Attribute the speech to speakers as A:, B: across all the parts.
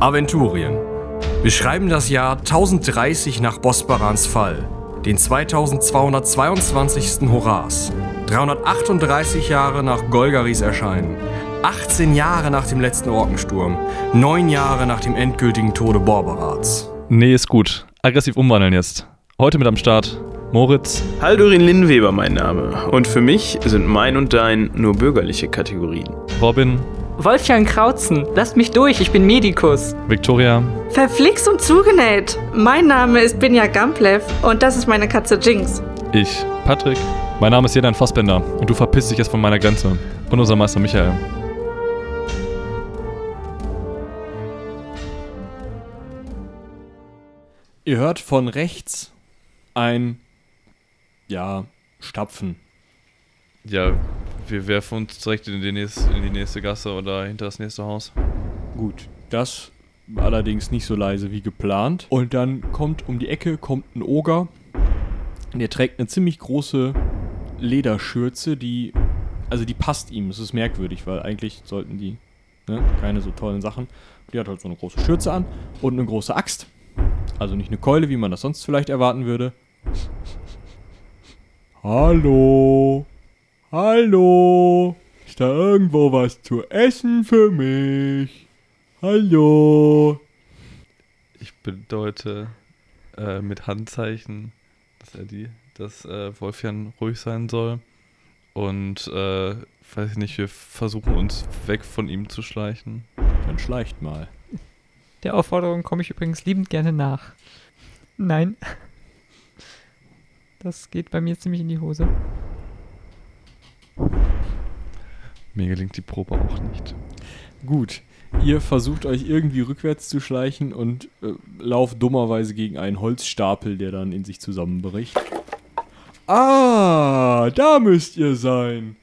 A: Aventurien. Wir schreiben das Jahr 1030 nach Bosbarans Fall, den 2222. Horas, 338 Jahre nach Golgaris Erscheinen, 18 Jahre nach dem letzten Orkensturm, 9 Jahre nach dem endgültigen Tode Borberats.
B: Nee, ist gut. Aggressiv umwandeln jetzt. Heute mit am Start Moritz,
C: Haldurin Linnweber mein Name. Und für mich sind mein und dein nur bürgerliche Kategorien.
B: Robin,
D: Wolfgang Krautzen, lasst mich durch, ich bin Medikus.
B: Victoria,
E: Verflixt und zugenäht. Mein Name ist Binja Gamplev und das ist meine Katze Jinx.
B: ich, Patrick. Mein Name ist Jedan Fassbender und du verpisst dich jetzt von meiner Grenze. Und unser Meister Michael.
A: Ihr hört von rechts ein, ja, Stapfen.
F: Ja, wir werfen uns direkt in die, nächste, in die nächste Gasse oder hinter das nächste Haus.
A: Gut, das war allerdings nicht so leise wie geplant. Und dann kommt um die Ecke kommt ein Oger. Der trägt eine ziemlich große Lederschürze, die also die passt ihm. Es ist merkwürdig, weil eigentlich sollten die ne, keine so tollen Sachen. Die hat halt so eine große Schürze an und eine große Axt. Also nicht eine Keule, wie man das sonst vielleicht erwarten würde. Hallo. Hallo. Ist da irgendwo was zu essen für mich? Hallo.
F: Ich bedeute äh, mit Handzeichen, dass er die, dass äh, Wolfjan ruhig sein soll. Und äh, weiß ich nicht, wir versuchen uns weg von ihm zu schleichen.
A: Dann schleicht mal.
D: Der Aufforderung komme ich übrigens liebend gerne nach. Nein. Das geht bei mir ziemlich in die Hose.
F: Mir gelingt die Probe auch nicht.
A: Gut. Ihr versucht euch irgendwie rückwärts zu schleichen und äh, lauft dummerweise gegen einen Holzstapel, der dann in sich zusammenbricht. Ah, da müsst ihr sein.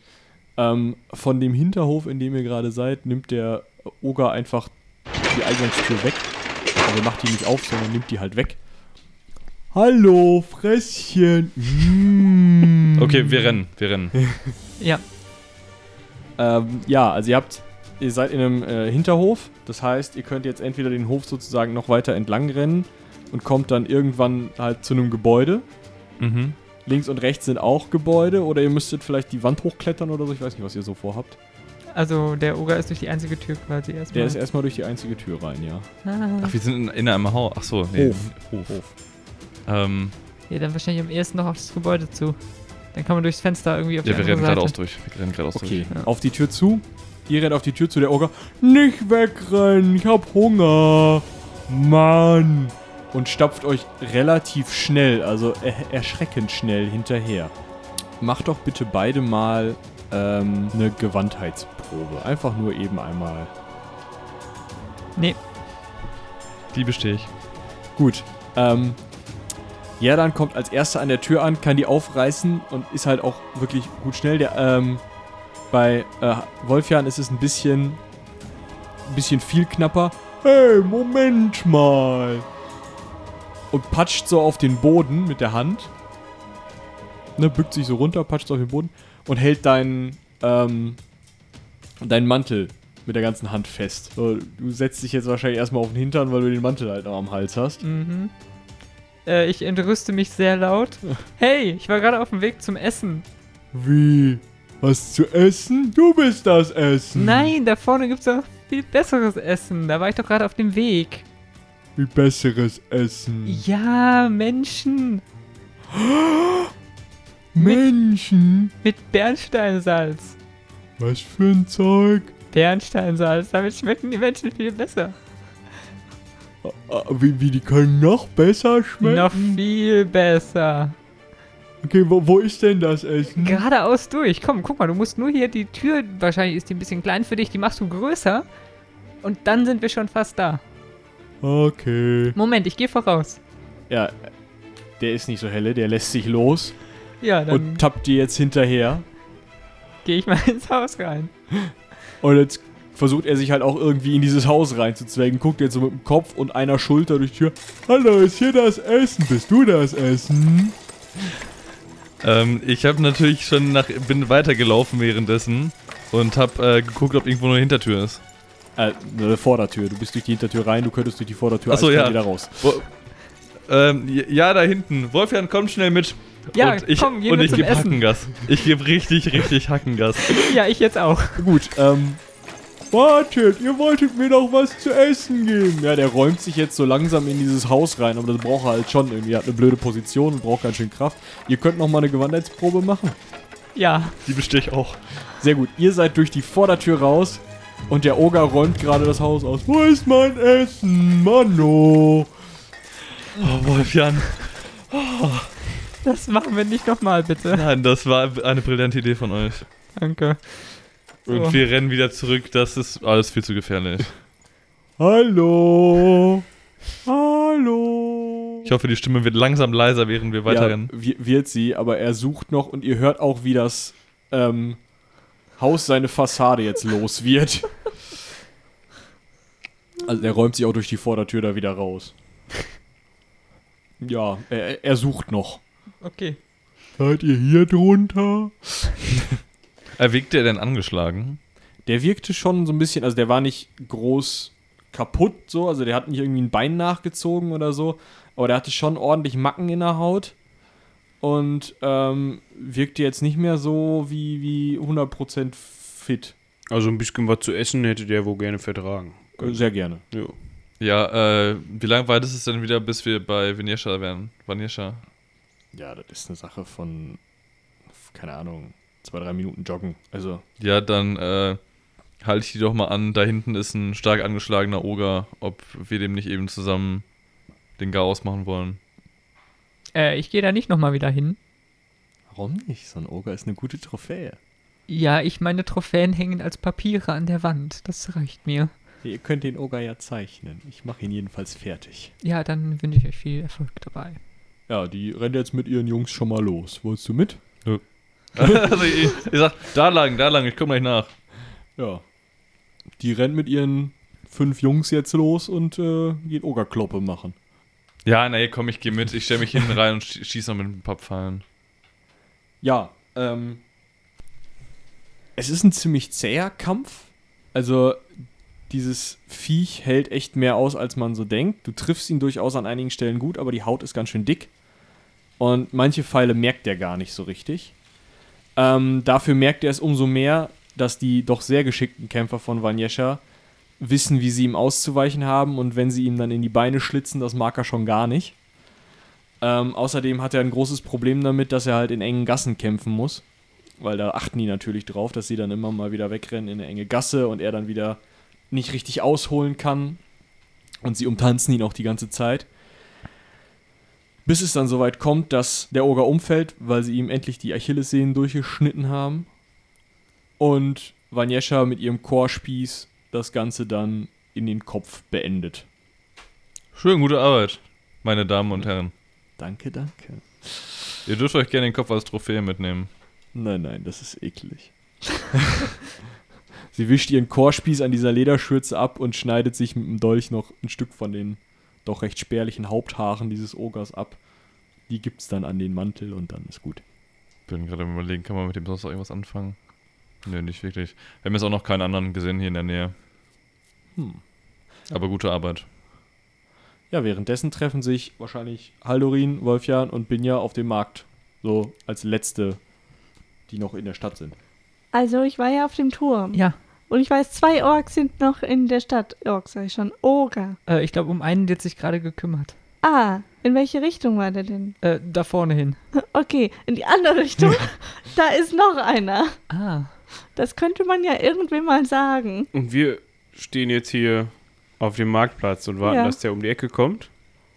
A: Ähm, von dem Hinterhof, in dem ihr gerade seid, nimmt der Oger einfach die Eingangstür weg. Also macht die nicht auf, sondern nimmt die halt weg. Hallo, Fresschen. Mm.
F: Okay, wir rennen, wir rennen.
D: Ja,
A: Ähm, ja, also ihr habt, ihr seid in einem äh, Hinterhof. Das heißt, ihr könnt jetzt entweder den Hof sozusagen noch weiter entlang rennen und kommt dann irgendwann halt zu einem Gebäude.
F: mhm.
A: Links und rechts sind auch Gebäude oder ihr müsstet vielleicht die Wand hochklettern oder so. Ich weiß nicht, was ihr so vorhabt.
D: also der Oger ist durch die einzige Tür quasi erstmal.
A: Der ist erstmal durch die einzige Tür rein, ja.
D: ah.
F: Ach, wir sind in, in einem Haus. Ach so, nee.
A: Hof. Hof.
F: Ähm,
D: Ja, dann wahrscheinlich am ehesten noch auf das Gebäude zu. Dann kann man durchs Fenster irgendwie auf
F: ja,
D: die
F: wir
D: andere
F: rennen geradeaus
D: Seite.
F: durch. Wir rennen geradeaus
A: Okay,
D: Ja.
A: auf die Tür zu. Ihr rennt auf die Tür zu, der Oger. Nicht wegrennen, ich hab Hunger. Mann. Und stapft euch relativ schnell, also er erschreckend schnell hinterher. Macht doch bitte beide mal ähm, eine Gewandtheitsprobe. Einfach nur eben einmal.
D: Nee,
F: durch. Die bestehe ich.
A: Gut. Ähm, ja, dann kommt als erster an der Tür an, kann die aufreißen und ist halt auch wirklich gut schnell. Der, ähm, bei äh, Wolfjan ist es ein bisschen, ein bisschen viel knapper. Hey, Moment mal! Und patscht so auf den Boden mit der Hand. Ne, bückt sich so runter, patscht so auf den Boden und hält deinen, ähm, deinen Mantel mit der ganzen Hand fest. So, du setzt dich jetzt wahrscheinlich erstmal auf den Hintern, weil du den Mantel halt noch am Hals hast.
D: mhm. Äh, ich entrüste mich sehr laut. Hey, ich war gerade auf dem Weg zum Essen.
A: Wie? Was zu essen? Du bist das Essen.
D: Nein, da vorne gibt's doch viel besseres Essen. Da war ich doch gerade auf dem Weg.
A: Wie besseres Essen.
D: Ja, Menschen
A: Menschen.
D: mit Bernsteinsalz.
A: Was für ein Zeug.
D: Bernsteinsalz, damit schmecken die Menschen viel besser.
A: Ah, Wie, wie, die können noch besser schmecken?
D: Noch viel besser.
A: Okay, wo, wo ist denn das Essen?
D: Geradeaus durch. Komm, guck mal, du musst nur hier die Tür, wahrscheinlich ist die ein bisschen klein für dich, die machst du größer. Und dann sind wir schon fast da.
A: Okay.
D: Moment, ich gehe voraus.
A: Ja, der ist nicht so helle, der lässt sich los
D: Ja, dann
A: und tappt dir jetzt hinterher.
D: gehe ich mal ins Haus rein.
A: Und jetzt versucht er sich halt auch irgendwie in dieses Haus reinzuzwängen. Guckt jetzt so mit dem Kopf und einer Schulter durch die Tür. Hallo, ist hier das Essen? Bist du das Essen?
F: Ähm, ich habe natürlich schon nach, bin weitergelaufen währenddessen und habe äh, geguckt, ob irgendwo eine Hintertür ist.
A: Äh, eine Vordertür. Du bist durch die Hintertür rein, du könntest durch die Vordertür
F: Ach so,
A: eiskalt
F: ja.
A: wieder raus.
F: Wo, ähm, j- ja, da hinten. Wolfjan, komm schnell mit.
D: Ja,
F: und ich,
D: komm, gehen
F: Und
D: wir
F: ich
D: zum
F: gebe
D: Essen.
F: Hackengas. Ich gebe richtig, richtig Hackengas.
D: Ja, ich jetzt auch.
A: Gut, ähm. Wartet, ihr wolltet mir doch was zu essen geben. Ja, der räumt sich jetzt so langsam in dieses Haus rein, aber das braucht er halt schon irgendwie. Er hat eine blöde Position und braucht ganz schön Kraft. Ihr könnt noch mal eine Gewandheitsprobe machen.
D: Ja.
F: Die bestehe ich auch.
A: Sehr gut, ihr seid durch die Vordertür raus und der Oger räumt gerade das Haus aus. Wo ist mein Essen, Manno?
F: Oh, Wolfjan.
D: Das machen wir nicht nochmal, bitte.
F: Nein, das war eine brillante Idee von euch.
D: Danke.
F: Und
D: So.
F: wir rennen wieder zurück. Das ist alles viel zu gefährlich.
A: Hallo? Hallo?
F: Ich hoffe, die Stimme wird langsam leiser, während wir weiterrennen.
A: Ja, wi- wird sie, aber er sucht noch und ihr hört auch, wie das ähm, Haus seine Fassade jetzt los wird. Also er räumt sich auch durch die Vordertür da wieder raus. Ja, er, er sucht noch.
D: Okay.
A: Seid ihr hier drunter?
F: Äh, Wirkt der denn angeschlagen?
A: Der wirkte schon so ein bisschen, also der war nicht groß kaputt so, also der hat nicht irgendwie ein Bein nachgezogen oder so, aber der hatte schon ordentlich Macken in der Haut und ähm, wirkte jetzt nicht mehr so wie, wie 100% fit.
G: Also ein bisschen was zu essen hätte der wohl gerne vertragen.
A: Äh, Sehr gerne.
G: Ja.
F: Ja, äh, wie lange weit ist es denn wieder, bis wir bei Vinesha wären? Vanesha.
A: Ja, das ist eine Sache von, keine Ahnung, zwei, drei Minuten joggen. Also,
F: Ja, dann äh, halte ich die doch mal an. Da hinten ist ein stark angeschlagener Oger, ob wir dem nicht eben zusammen den Chaos machen wollen.
D: Äh, ich gehe da nicht nochmal wieder hin.
A: warum nicht? So ein Oger ist eine gute Trophäe.
D: Ja, ich meine Trophäen hängen als Papiere an der Wand. Das reicht mir.
A: Ihr könnt den Oger ja zeichnen. Ich mache ihn jedenfalls fertig.
D: Ja, dann wünsche ich euch viel Erfolg dabei.
A: Ja, die rennt jetzt mit ihren Jungs schon mal los. Wolltest du mit?
F: also ich, ich sag, da lang, da lang, ich komme gleich nach.
A: Ja. Die rennt mit ihren fünf Jungs jetzt los und äh, geht Ogerkloppe machen.
F: Ja, nee, komm, ich gehe mit. Ich stelle mich hinten rein und schie- schieß noch mit ein paar Pfeilen.
A: Ja, ähm. Es ist ein ziemlich zäher Kampf. Also, dieses Viech hält echt mehr aus, als man so denkt. Du triffst ihn durchaus an einigen Stellen gut, aber die Haut ist ganz schön dick. Und manche Pfeile merkt er gar nicht so richtig. Ähm, dafür merkt er es umso mehr, dass die doch sehr geschickten Kämpfer von Vanyesha wissen, wie sie ihm auszuweichen haben. Und wenn sie ihm dann in die Beine schlitzen, das mag er schon gar nicht. Ähm, außerdem hat er ein großes Problem damit, dass er halt in engen Gassen kämpfen muss. Weil da achten die natürlich drauf, dass sie dann immer mal wieder wegrennen in eine enge Gasse und er dann wieder nicht richtig ausholen kann. Und sie umtanzen ihn auch die ganze Zeit. Bis es dann soweit kommt, dass der Oger umfällt, weil sie ihm endlich die Achillessehnen durchgeschnitten haben. Und Vanyesha mit ihrem Chorspieß das Ganze dann in den Kopf beendet.
F: Schön, gute Arbeit, meine Damen und Herren.
A: Danke, danke.
F: Ihr dürft euch gerne den Kopf als Trophäe mitnehmen.
A: Nein, nein, das ist eklig. Sie wischt ihren Chorspieß an dieser Lederschürze ab und schneidet sich mit dem Dolch noch ein Stück von den doch recht spärlichen Haupthaaren dieses Ogers ab. Die gibt's dann an den Mantel und dann ist gut.
F: Bin gerade am überlegen, kann man mit dem sonst noch irgendwas anfangen? Nö, nicht wirklich. Wir haben jetzt auch noch keinen anderen gesehen hier in der Nähe.
A: Hm.
F: Aber gute Arbeit.
A: Ja, währenddessen treffen sich wahrscheinlich Haldorin, Wolfjan und Binja auf dem Markt. So als letzte, die noch in der Stadt sind.
E: Also, ich war ja auf dem Turm.
D: Ja,
E: Und ich weiß, zwei Orks sind noch in der Stadt. Orks sag ich schon. Oger.
D: äh, ich glaube, um einen wird sich gerade gekümmert.
E: Ah, in welche Richtung war der denn?
D: Äh, da vorne hin.
E: Okay, in die andere Richtung. da ist noch einer.
D: Ah.
E: Das könnte man ja irgendwem mal sagen.
G: Und wir stehen jetzt hier auf dem Marktplatz und warten,
E: Ja.
G: dass der um die Ecke kommt.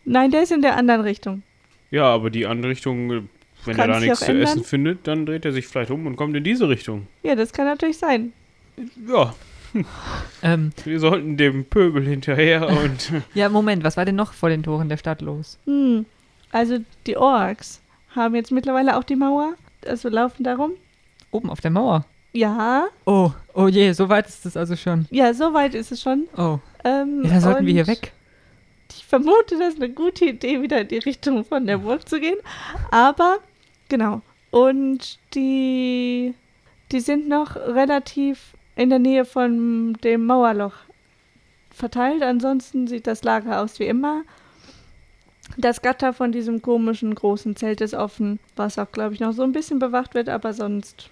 E: Nein, der ist in der anderen Richtung.
G: Ja, aber die andere Richtung, äh, wenn
E: Kann
G: er da
E: sich
G: nichts
E: auch
G: zu
E: ändern.
G: essen findet, dann dreht er sich vielleicht um und kommt in diese Richtung.
E: Ja, das kann natürlich sein.
G: Ja,
D: Ähm,
G: wir sollten dem Pöbel hinterher und
D: ja, Moment, was war denn noch vor den Toren der Stadt los?
E: Hm. Also die Orks haben jetzt mittlerweile auch die Mauer. Also laufen darum.
D: Oben auf der Mauer.
E: Ja,
D: Oh, oh je, so weit ist es also schon.
E: ja, so weit ist es schon.
D: Oh,
E: Ähm,
D: ja, dann sollten wir hier
E: und
D: weg.
E: Ich vermute, das ist eine gute Idee, wieder in die Richtung von der Burg zu gehen. Aber, genau. Und die, die sind noch relativ in der Nähe von dem Mauerloch verteilt. Ansonsten sieht das Lager aus wie immer. Das Gatter von diesem komischen großen Zelt ist offen, was auch, glaube ich, noch so ein bisschen bewacht wird, aber sonst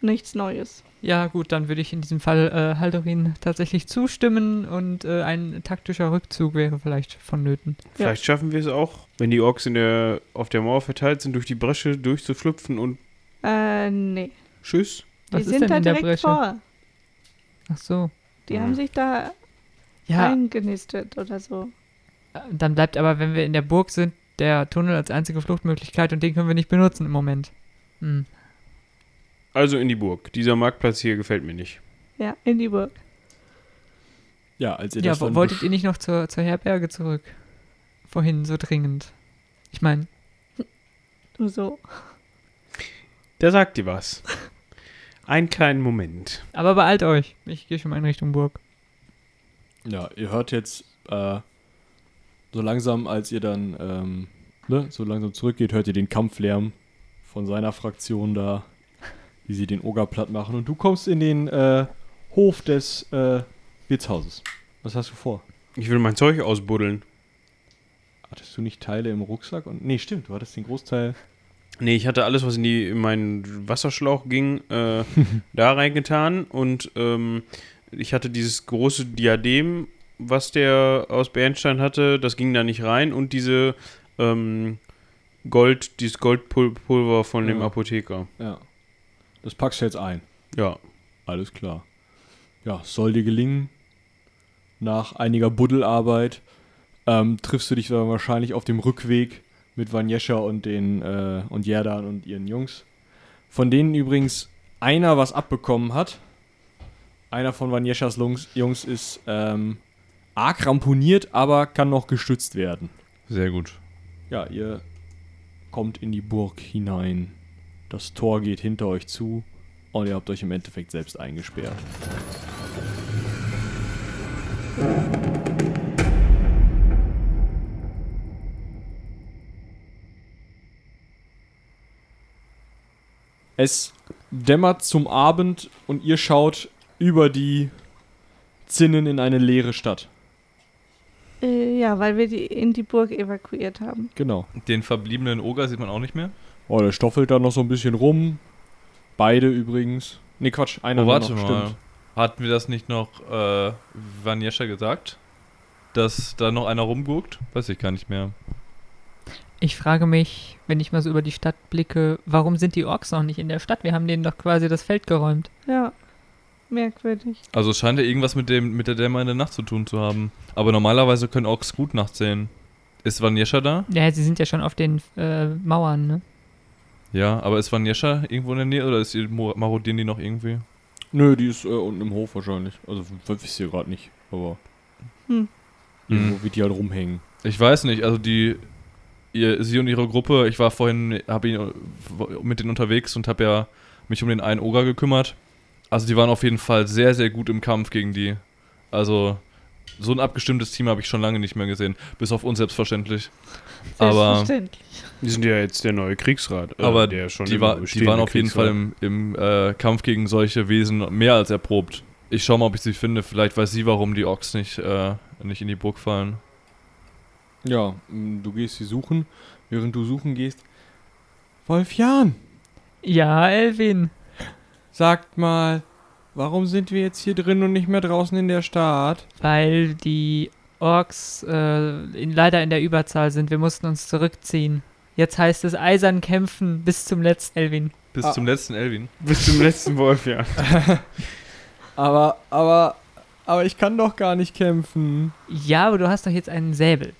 E: nichts Neues.
D: Ja, gut, dann würde ich in diesem Fall äh, Haldorin tatsächlich zustimmen und äh, ein taktischer Rückzug wäre vielleicht vonnöten.
G: Vielleicht schaffen wir es auch, wenn die Orks in der, auf der Mauer verteilt sind, durch die Bresche durchzuschlüpfen und
E: Äh, nee.
G: tschüss.
D: Was
E: die
D: ist
E: sind
D: denn
E: da
D: in der Bresche?
E: direkt vor.
D: Ach so.
E: Die haben sich da
D: Ja, äh,
E: eingenistet oder so.
D: dann bleibt aber, wenn wir in der Burg sind, der Tunnel als einzige Fluchtmöglichkeit und den können wir nicht benutzen im Moment. Hm.
G: Also in die Burg. Dieser Marktplatz hier gefällt mir nicht.
E: Ja, in die Burg.
A: Ja, als ihr
D: Ja,
A: das
D: wo-
A: dann
D: wolltet ihr nicht noch zur, zur Herberge zurück? Vorhin so dringend. Ich meine,
E: Nur so.
G: Da sagt ihr was. Einen kleinen Moment.
D: aber beeilt euch. Ich gehe schon mal in Richtung Burg.
A: Ja, ihr hört jetzt äh, so langsam, als ihr dann ähm, ne, so langsam zurückgeht, hört ihr den Kampflärm von seiner Fraktion da, wie sie den Oger platt machen. Und du kommst in den äh, Hof des äh, Wirtshauses. Was hast du vor?
G: Ich will mein Zeug ausbuddeln.
A: Hattest du nicht Teile im Rucksack? Und nee, stimmt, du hattest den Großteil.
G: Nee, ich hatte alles, was in, die, in meinen Wasserschlauch ging, äh, da reingetan. Und ähm, ich hatte dieses große Diadem, was der aus Bernstein hatte, das ging da nicht rein. Und diese ähm, Gold, dieses Goldpulver von dem
A: Ja.
G: Apotheker.
A: Ja. Das packst du jetzt ein.
G: Ja.
A: Alles klar. Ja, soll dir gelingen. Nach einiger Buddelarbeit ähm, triffst du dich dann wahrscheinlich auf dem Rückweg mit Vanjescha und den äh, und Jerdan und ihren Jungs. Von denen übrigens einer was abbekommen hat. Einer von Vanjeschas Lungs, Jungs ist ähm, arg ramponiert, aber kann noch gestützt werden.
F: Sehr gut.
A: Ja, ihr kommt in die Burg hinein. Das Tor geht hinter euch zu und ihr habt euch im Endeffekt selbst eingesperrt. Es dämmert zum Abend und ihr schaut über die Zinnen in eine leere Stadt.
E: Äh, ja, weil wir die in die Burg evakuiert haben.
A: Genau.
F: Den verbliebenen Oger sieht man auch nicht mehr.
A: Oh, der stoffelt da noch so ein bisschen rum. Beide übrigens. Nee, Äh, Quatsch, einer
F: Oh,
A: war
F: warte
A: noch,
F: mal.
A: stimmt.
F: Hatten wir das nicht noch äh, Vanjescha gesagt? Dass da noch einer rumguckt? Weiß ich gar nicht mehr.
D: Ich frage mich, wenn ich mal so über die Stadt blicke, warum sind die Orks noch nicht in der Stadt? Wir haben denen doch quasi das Feld geräumt.
E: Ja. Merkwürdig.
F: Also es scheint ja irgendwas mit dem mit der dämmernden Nacht zu tun zu haben. Aber normalerweise können Orks gut nachts sehen. Ist Vanjescha da?
D: Ja, sie sind ja schon auf den äh, Mauern, ne?
F: Ja, aber ist Vanjescha irgendwo in der Nähe oder ist ihr, mo- marodieren die noch irgendwie?
A: Nö, die ist äh, unten im Hof wahrscheinlich. Also, w- wisst ihr gerade nicht, aber.
E: Hm.
A: Irgendwo wird die halt rumhängen.
F: Ich weiß nicht, also die ihr, sie und ihre Gruppe, ich war vorhin hab ihn, mit denen unterwegs und habe ja mich um den einen Oger gekümmert. Also die waren auf jeden Fall sehr sehr gut im Kampf gegen die. Also so ein abgestimmtes Team habe ich schon lange nicht mehr gesehen, bis auf uns selbstverständlich. Aber
E: Selbstverständlich.
G: Die sind ja jetzt der neue Kriegsrat. äh,
F: aber
G: der schon
F: die,
G: im
F: war, die waren
G: bestehenden
F: auf jeden Fall
G: Kriegsrat.
F: im, im äh, Kampf gegen solche Wesen mehr als erprobt. Ich schaue mal, ob ich sie finde. Vielleicht weiß sie, warum die Orks nicht, äh, nicht in die Burg fallen.
A: Ja, m, du gehst sie suchen. Während du suchen gehst. Wolfjan,
D: Ja, Elvin.
A: sagt mal, warum sind wir jetzt hier drin und nicht mehr draußen in der Stadt?
D: Weil die Orks äh, in, leider in der Überzahl sind. Wir mussten uns zurückziehen. Jetzt heißt es eisern kämpfen bis zum letzten Elvin.
F: Bis
A: Ah.
F: zum letzten Elvin.
G: Bis zum letzten Wolf, ja.
A: Aber, aber, aber ich kann doch gar nicht kämpfen.
D: Ja, aber du hast doch jetzt einen Säbel.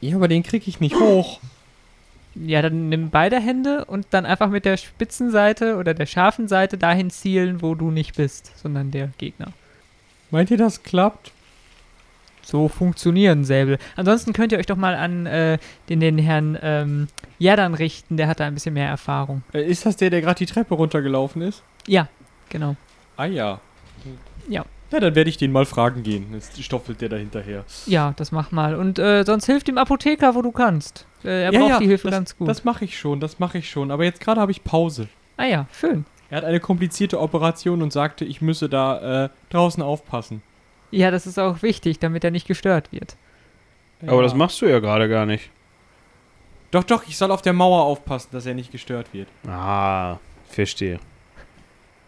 A: Ja, aber den krieg ich nicht hoch.
D: Ja, dann nimm beide Hände und dann einfach mit der spitzen Seite oder der scharfen Seite dahin zielen, wo du nicht bist, sondern der Gegner.
A: Meint ihr, das klappt?
D: So funktionieren Säbel. Ansonsten könnt ihr euch doch mal an äh, den, den Herrn ähm, Jadan richten, der hat da ein bisschen mehr Erfahrung.
A: Äh, Ist das der, der gerade die Treppe runtergelaufen ist?
D: Ja, genau.
A: Ah ja.
D: Ja.
A: Ja, dann werde ich den mal fragen gehen. Jetzt stoffelt der da hinterher.
D: Ja, das mach mal. Und äh, sonst hilft dem Apotheker, wo du kannst. Äh, er
A: Ja,
D: braucht
A: ja,
D: die Hilfe
A: das,
D: ganz gut.
A: Das mache ich schon, das mache ich schon. Aber jetzt gerade habe ich Pause.
D: ah ja, schön.
A: Er hat eine komplizierte Operation und sagte, ich müsse da äh, draußen aufpassen.
H: Ja, das ist auch wichtig, damit er nicht gestört wird.
G: Aber das machst du ja gerade gar nicht.
A: Doch, doch, ich soll auf der Mauer aufpassen, dass er nicht gestört wird.
G: Ah, verstehe.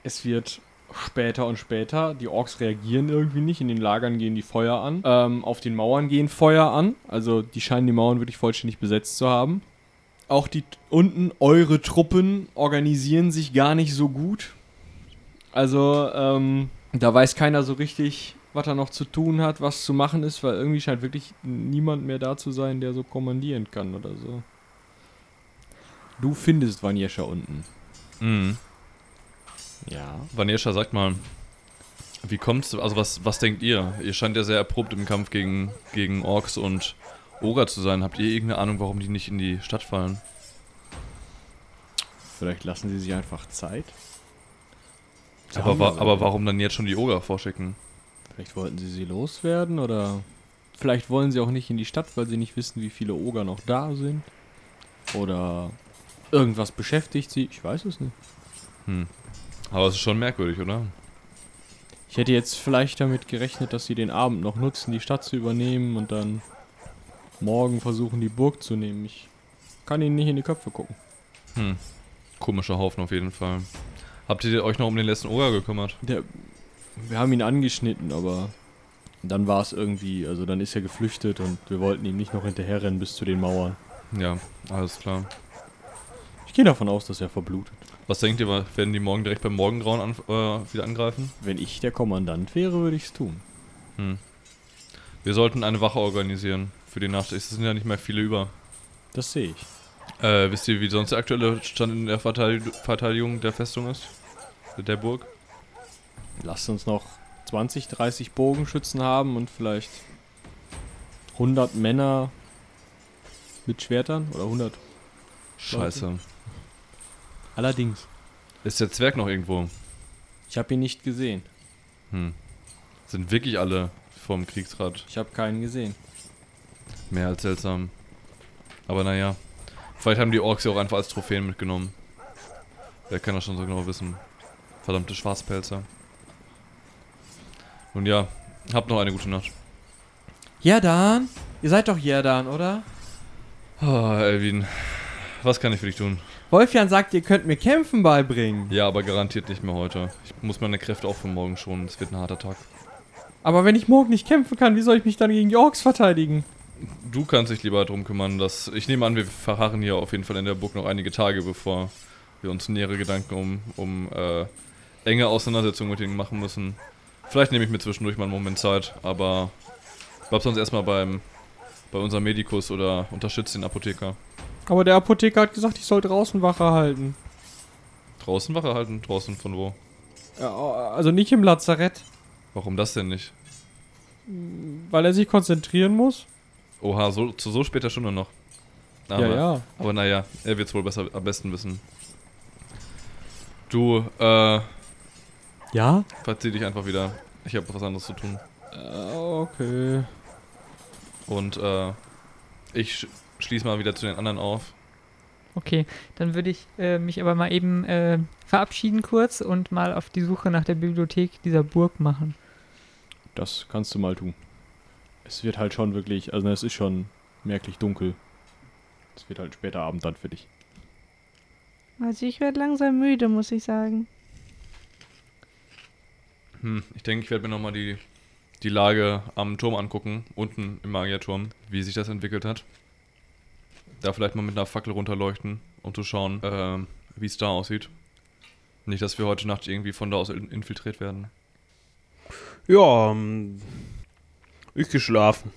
A: Es wird später und später. Die Orks reagieren irgendwie nicht. In den Lagern gehen die Feuer an. Ähm, auf den Mauern gehen Feuer an. Also die scheinen die Mauern wirklich vollständig besetzt zu haben. Auch die unten, eure Truppen organisieren sich gar nicht so gut. Also ähm, da weiß keiner so richtig, was er noch zu tun hat, was zu machen ist, weil irgendwie scheint wirklich niemand mehr da zu sein, der so kommandieren kann oder so. Du findest Vanjescha unten.
F: Mhm.
A: Ja.
F: Vanesha, sagt mal, wie kommt's, also was, was denkt ihr? Ihr scheint ja sehr erprobt im Kampf gegen, gegen Orks und Oger zu sein. Habt ihr irgendeine Ahnung, warum die nicht in die Stadt fallen?
A: Vielleicht lassen sie sich einfach Zeit.
F: Aber, wa aber warum dann jetzt schon die Oger vorschicken?
A: Vielleicht wollten sie sie loswerden oder vielleicht wollen sie auch nicht in die Stadt, weil sie nicht wissen, wie viele Oger noch da sind. Oder irgendwas beschäftigt sie. Ich weiß es nicht.
F: Aber es ist schon merkwürdig, oder?
A: Ich hätte jetzt vielleicht damit gerechnet, dass sie den Abend noch nutzen, die Stadt zu übernehmen und dann morgen versuchen, die Burg zu nehmen. Ich kann ihnen nicht in die Köpfe gucken.
F: Komischer Haufen auf jeden Fall. Habt ihr euch noch um den letzten Oger gekümmert?
A: Der, wir haben ihn angeschnitten, aber dann war es irgendwie, also dann ist er geflüchtet und wir wollten ihm nicht noch hinterherrennen bis zu den Mauern.
F: Ja, alles klar.
A: Ich gehe davon aus, dass er verblutet.
F: Was denkt ihr, wa- werden die morgen direkt beim Morgengrauen an, äh, wieder angreifen?
A: Wenn ich der Kommandant wäre, würde ich es tun.
F: Wir sollten eine Wache organisieren für die Nacht. Es sind ja nicht mehr viele über.
A: Das sehe ich.
F: Äh, wisst ihr, wie sonst der aktuelle Stand in der Verteidig- Verteidigung der Festung ist? Der Burg?
A: Lasst uns noch 20, 30 Bogenschützen haben und vielleicht 100 Männer mit Schwertern oder 100.
F: Scheiße.
A: Allerdings,
F: Ist der Zwerg noch irgendwo?
A: ich habe ihn nicht gesehen.
F: Sind wirklich alle vom Kriegsrat
A: Ich habe keinen gesehen.
F: mehr als seltsam. Aber naja. Vielleicht haben die Orks ja auch einfach als Trophäen mitgenommen. Wer kann das schon so genau wissen? Verdammte Schwarzpelzer. Nun ja, habt noch eine gute Nacht.
A: Jerdan? Ihr seid doch Jerdan, oder?
F: Ah, Elvin. Was kann ich für dich tun?
A: Wolfjan sagt, ihr könnt mir Kämpfen beibringen.
F: Ja, aber garantiert nicht mehr heute. Ich muss meine Kräfte auch für morgen schonen. Es wird ein harter Tag.
A: Aber wenn ich morgen nicht kämpfen kann, wie soll ich mich dann gegen die Orks verteidigen?
F: Du kannst dich lieber darum kümmern, dass. Ich nehme an, wir verharren hier auf jeden Fall in der Burg noch einige Tage, bevor wir uns nähere Gedanken um, um äh, enge Auseinandersetzungen mit ihnen machen müssen. Vielleicht nehme ich mir zwischendurch mal einen Moment Zeit, aber bleib sonst erstmal beim bei unserem Medikus oder unterstützt den Apotheker.
A: Aber der Apotheker hat gesagt, ich soll draußen Wache halten.
F: Draußen Wache halten? Draußen von wo?
A: Also nicht im Lazarett,
F: Warum das denn nicht?
A: weil er sich konzentrieren muss.
F: Oha, so, zu so später Stunde noch. Aber, Aber naja, er wird es wohl besser, am besten wissen. Du, äh,
A: Ja?
F: verzieh dich einfach wieder. Ich habe was anderes zu tun.
A: Äh, Okay.
F: Und äh, ich sch schließe mal wieder zu den anderen auf.
H: Okay, dann würde ich äh, mich aber mal eben äh, verabschieden kurz und mal auf die Suche nach der Bibliothek dieser Burg machen.
A: Das kannst du mal tun. Es wird halt schon wirklich, also es ist schon merklich dunkel. Es wird halt später Abend dann für dich.
E: Also ich werde langsam müde, muss ich sagen.
F: Hm, ich denke, ich werde mir nochmal die, die Lage am Turm angucken, unten im Magierturm, wie sich das entwickelt hat. Da vielleicht mal mit einer Fackel runterleuchten, um zu schauen, ähm, wie es da aussieht. Nicht, dass wir heute Nacht irgendwie von da aus in- infiltriert werden.
G: Ja, ähm, ich geschlafen.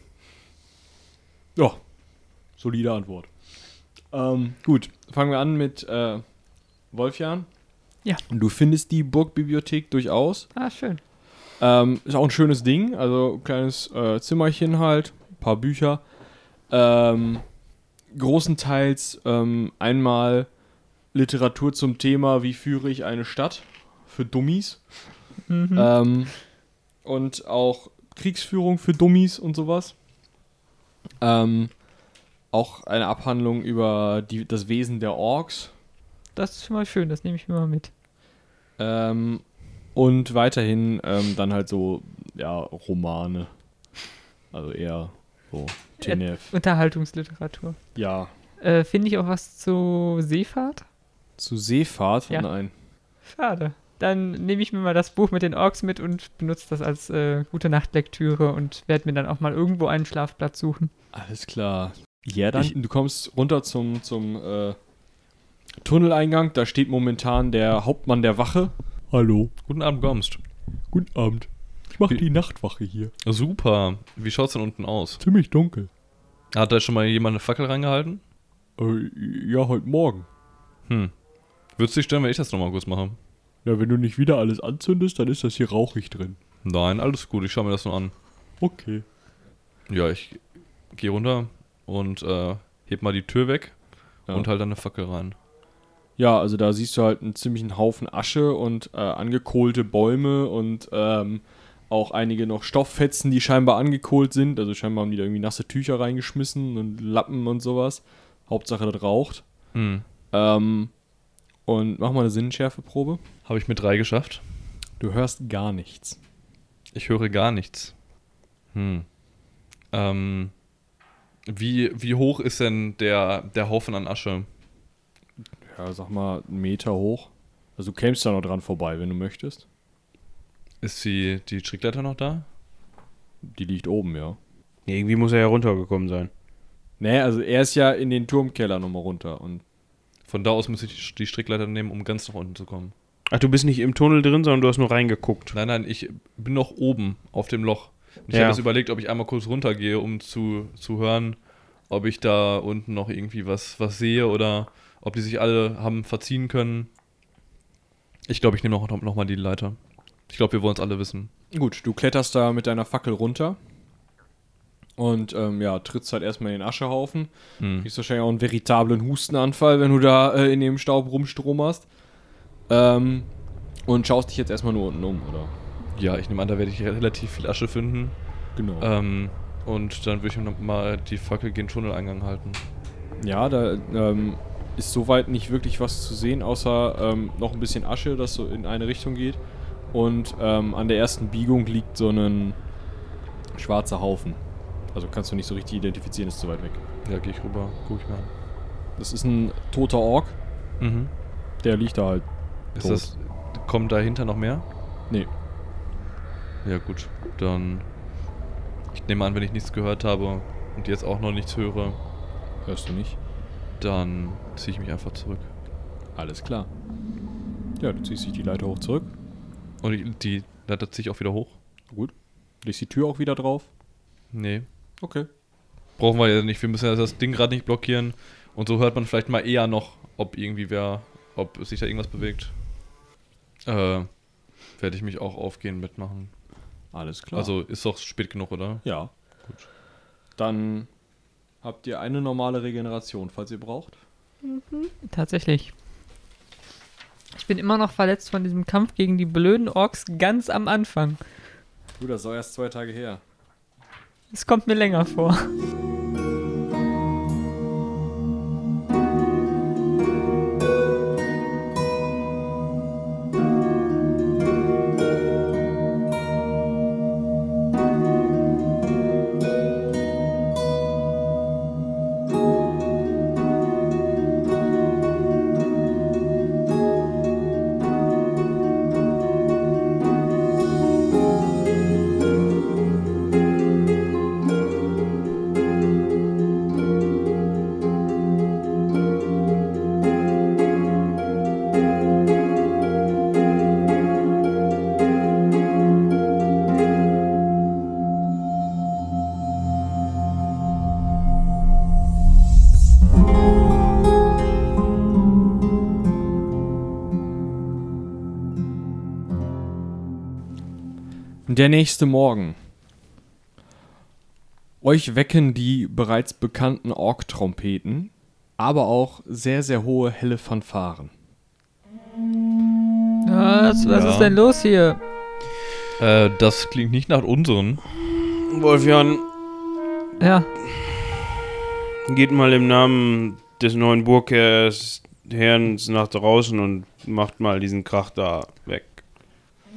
A: Ja, solide Antwort. Ähm, gut, fangen wir an mit äh, Wolfjan.
H: Ja.
A: Du findest die Burgbibliothek durchaus.
H: Ah, schön.
A: Ähm, ist auch ein schönes Ding, also kleines äh, Zimmerchen halt, paar Bücher. Ähm, großenteils ähm, einmal Literatur zum Thema, wie führe ich eine Stadt für Dummies. Ähm, und auch Kriegsführung für Dummies und sowas. Ähm, auch eine Abhandlung über die, das Wesen der Orks.
H: Das ist schon mal schön, das nehme ich mir mal mit.
A: Ähm, und weiterhin ähm, dann halt so ja, Romane. Also eher so
H: Äh,
A: TNF.
H: Unterhaltungsliteratur.
A: Ja.
H: Äh, Finde ich auch was zu Seefahrt?
A: Zu Seefahrt?
H: Ja.
A: Nein.
H: Schade. Dann nehme ich mir mal das Buch mit den Orks mit und benutze das als äh, gute Nachtlektüre und werde mir dann auch mal irgendwo einen Schlafplatz suchen.
A: Alles klar. Ja, dann.
F: Ich-
A: du kommst runter zum, zum äh, Tunneleingang. Da steht momentan der Hauptmann der Wache. Hallo.
F: Guten Abend, Gormst.
A: Guten Abend. Ich mache
F: die
A: Nachtwache hier.
F: Super. Wie schaut's denn unten aus?
A: Ziemlich dunkel.
F: Hat da schon mal jemand eine Fackel reingehalten?
A: Äh, ja, heute Morgen.
F: Hm. Würdest du dich stören, wenn ich das nochmal kurz mache?
A: Ja, wenn du nicht wieder alles anzündest, dann ist das hier rauchig drin.
F: Nein, alles gut. Ich schaue mir das nur an.
A: Okay.
F: Ja, ich gehe runter und äh, heb mal die Tür weg
A: Ja.
F: und halt dann eine Fackel rein.
A: Ja, also da siehst du halt einen ziemlichen Haufen Asche und äh, angekohlte Bäume und ähm, auch einige noch Stofffetzen, die scheinbar angekohlt sind. Also scheinbar haben die da irgendwie nasse Tücher reingeschmissen und Lappen und sowas. Hauptsache, das raucht.
F: Hm.
A: Ähm, und mach mal eine Sinnenschärfeprobe.
F: Habe ich mit drei geschafft?
A: Du hörst gar nichts.
F: Ich höre gar nichts. Hm. Ähm, wie, wie hoch ist denn der, der Haufen an Asche?
A: Ja, sag mal einen Meter hoch. Also du kämst da noch dran vorbei, wenn du möchtest.
F: Ist die, die Strickleiter noch da?
A: Die liegt oben, ja.
G: Irgendwie muss er ja runtergekommen sein.
A: Nee, also er ist ja in den Turmkeller nochmal runter und
F: Von da aus muss ich die Strickleiter nehmen, um ganz nach unten zu kommen.
G: Ach, du bist nicht im Tunnel drin, sondern du hast nur reingeguckt.
F: Nein, nein, ich bin noch oben auf dem Loch. Und ich
G: Ja.
F: habe jetzt überlegt, ob ich einmal kurz runtergehe, um zu, zu hören, ob ich da unten noch irgendwie was, was sehe oder ob die sich alle haben verziehen können. Ich glaube, ich nehme noch, noch mal die Leiter. Ich glaube, wir wollen es alle wissen.
A: Gut, du kletterst da mit deiner Fackel runter und ähm, ja, trittst halt erstmal in den Aschehaufen.
F: Hm.
A: Kriegst wahrscheinlich auch einen veritablen Hustenanfall, wenn du da äh, in dem Staub rumstromerst. Ähm, und schaust dich jetzt erstmal nur unten um, oder?
F: Ja, ich nehme an, da werde ich relativ viel Asche finden.
A: Genau.
F: Ähm, und dann würde ich noch mal die Fackel gegen den Tunneleingang halten.
A: Ja, da ähm, ist soweit nicht wirklich was zu sehen, außer ähm, noch ein bisschen Asche, das so in eine Richtung geht. Und ähm, an der ersten Biegung liegt so ein schwarzer Haufen. Also kannst du nicht so richtig identifizieren, ist zu weit weg.
F: Ja, gehe ich rüber, gucke ich mal.
A: Das ist ein toter Ork,
F: an. Mhm.
A: der liegt da halt.
F: Ist
A: Tot.
F: das, kommt dahinter noch mehr?
A: Nee.
F: Ja gut, dann... Ich nehme an, wenn ich nichts gehört habe und jetzt auch noch nichts höre,
A: Hörst du nicht?
F: dann ziehe ich mich einfach zurück.
A: Alles klar. Ja, du ziehst dich die Leiter hoch zurück,
F: Und ich, die Leiter ziehe ich auch wieder hoch?
A: legst die Tür auch wieder drauf.
F: Nee.
A: Okay.
F: Brauchen wir ja nicht, wir müssen ja das Ding gerade nicht blockieren. Und so hört man vielleicht mal eher noch, ob irgendwie wer, ob sich da irgendwas bewegt. Äh, werde ich mich auch aufgehen mitmachen.
A: Alles klar.
F: Also ist doch spät genug, oder?
A: ja. Gut. Dann habt ihr eine normale Regeneration, falls ihr braucht.
H: Tatsächlich. Ich bin immer noch verletzt von diesem Kampf gegen die blöden Orks ganz am Anfang.
A: Du, das war erst zwei Tage her.
H: Es kommt mir länger vor.
A: Der nächste Morgen. Euch wecken die bereits bekannten Ork-Trompeten, aber auch sehr, sehr hohe, helle Fanfaren.
H: Was, was
F: Ja.
H: ist denn los hier?
F: Äh, das klingt nicht nach unseren.
G: Wolfjan,
H: Ja,
G: geht mal im Namen des neuen Burgherrn nach draußen und macht mal diesen Krach da weg.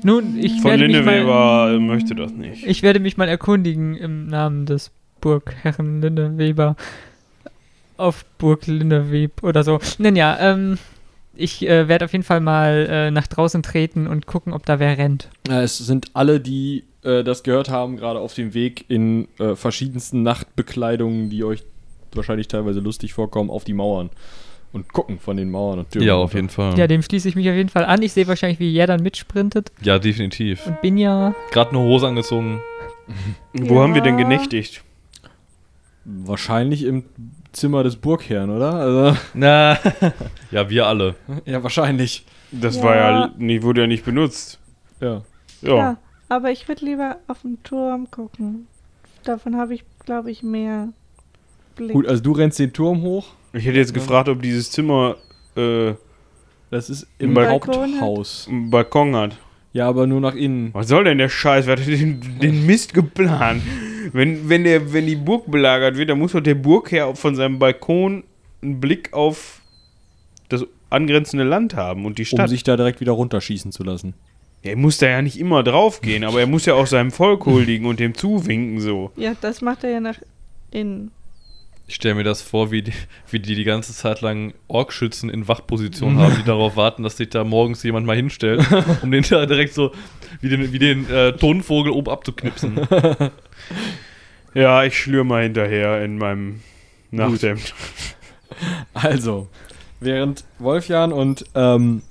H: Nun, ich
G: Von
H: werde mich mal,
G: Lindeweber äh, möchte das nicht.
H: ich werde mich mal erkundigen im Namen des Burgherren Lindeweber auf Burg Lindeweb oder so. Nun ja, ähm, ich äh, werde auf jeden Fall mal äh, nach draußen treten und gucken, ob da wer rennt.
A: Äh, Es sind alle, die äh, das gehört haben, gerade auf dem Weg in äh, verschiedensten Nachtbekleidungen, die euch wahrscheinlich teilweise lustig vorkommen, auf die Mauern und gucken von den Mauern und Türen.
F: Ja, auf jeden Fall.
H: Ja, dem schließe ich mich auf jeden Fall an. Ich sehe wahrscheinlich, wie Jerdan mitsprintet
F: Ja, definitiv.
H: und bin ja
F: Gerade eine Hose angezogen.
G: Wo haben wir denn
E: Ja.
G: genächtigt?
A: Wahrscheinlich im Zimmer des Burgherrn, oder? Also,
F: Na. ja, wir alle.
A: ja, wahrscheinlich.
G: Das
E: Ja.
G: war ja, nee, wurde ja nicht benutzt.
A: Ja.
G: Ja.
E: Ja, aber ich würde lieber auf den Turm gucken. Davon habe ich, glaube ich, mehr Blick.
A: Gut, also du rennst den Turm hoch.
G: Ich hätte jetzt
A: Ja.
G: gefragt, ob dieses Zimmer äh,
A: Das ist im
G: Balkon
A: Haupthaus.
G: einen Balkon hat.
A: Ja, aber nur nach innen. um
G: Was soll denn der Scheiß? Wer hat den, den Mist geplant? Wenn, wenn, der, wenn die Burg belagert wird, dann muss doch der Burgherr von seinem Balkon einen Blick auf das angrenzende Land haben und die
A: Um
G: Stadt.
A: sich da direkt wieder runterschießen zu lassen.
G: er muss da ja nicht immer drauf gehen, aber er muss ja auch seinem Volk huldigen und dem zuwinken so.
E: Ja, das macht er ja nach innen.
F: Ich stelle mir das vor, wie die, wie die die ganze Zeit lang Orkschützen in Wachposition haben, die darauf warten, dass sich da morgens jemand mal hinstellt, um den da direkt so wie den, wie den äh, Tonvogel oben abzuknipsen.
G: Ja, ich schlür mal hinterher in meinem Nachthemd.
A: Also, während Wolfjan und ähm,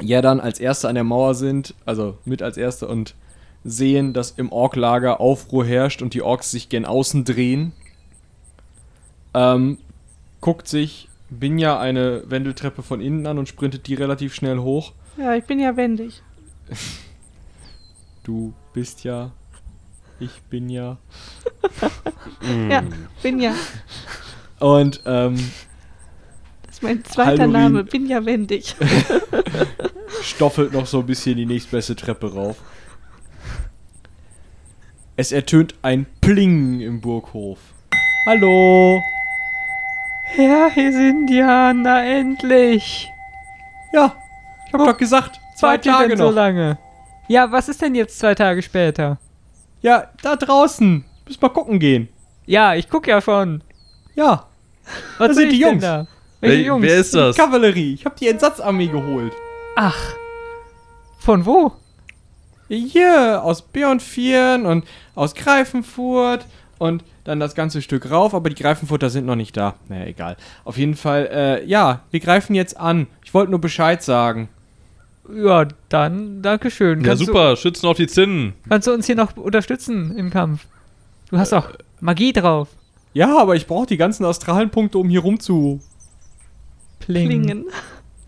A: Jerdan als Erste an der Mauer sind, also mit als Erste und sehen, dass im Ork-Lager Aufruhr herrscht und die Orks sich gen außen drehen, ähm, guckt sich Binja eine Wendeltreppe von innen an und sprintet die relativ schnell hoch.
E: Ja, ich bin ja wendig.
A: Du bist ja, ich bin ja.
E: Ja, bin ja.
A: Und ähm,
E: Das ist mein zweiter
A: Hallorin.
E: Name. Bin ja wendig.
A: stoffelt noch so ein bisschen die nächstbeste Treppe rauf. Es ertönt ein Pling im Burghof. Hallo!
H: Ja, hier sind ja, na endlich.
A: Ja, ich hab doch gesagt, zwei
H: Wart ihr
A: Tage
H: denn
A: noch.
H: so lange. Ja, was ist denn jetzt zwei Tage später?
A: Ja, da draußen. Müssen mal gucken gehen.
H: Ja, ich guck ja schon.
A: Ja,
H: Was
A: sind
H: seh
A: die
H: ich denn
A: Jungs.
H: Da? Welche
F: Wer,
H: Jungs?
F: wer ist das?
A: Kavallerie. Ich hab die Entsatzarmee geholt.
H: Ach. Von wo?
A: Hier, aus Birnfirn und aus Greifenfurt und dann das ganze Stück rauf, aber die Greifenfurter sind noch nicht da. Naja, egal. Auf jeden Fall, äh, ja, wir greifen jetzt an. Ich wollte nur Bescheid sagen.
H: Ja, dann, Dankeschön.
F: Ja,
H: Kannst,
F: super, Schützen auf die Zinnen.
H: Du, kannst du uns hier noch unterstützen im Kampf? Du hast doch Magie drauf.
A: Ja, aber ich brauche die ganzen astralen Punkte, um hier rumzu.
H: Pling.
E: Klingen.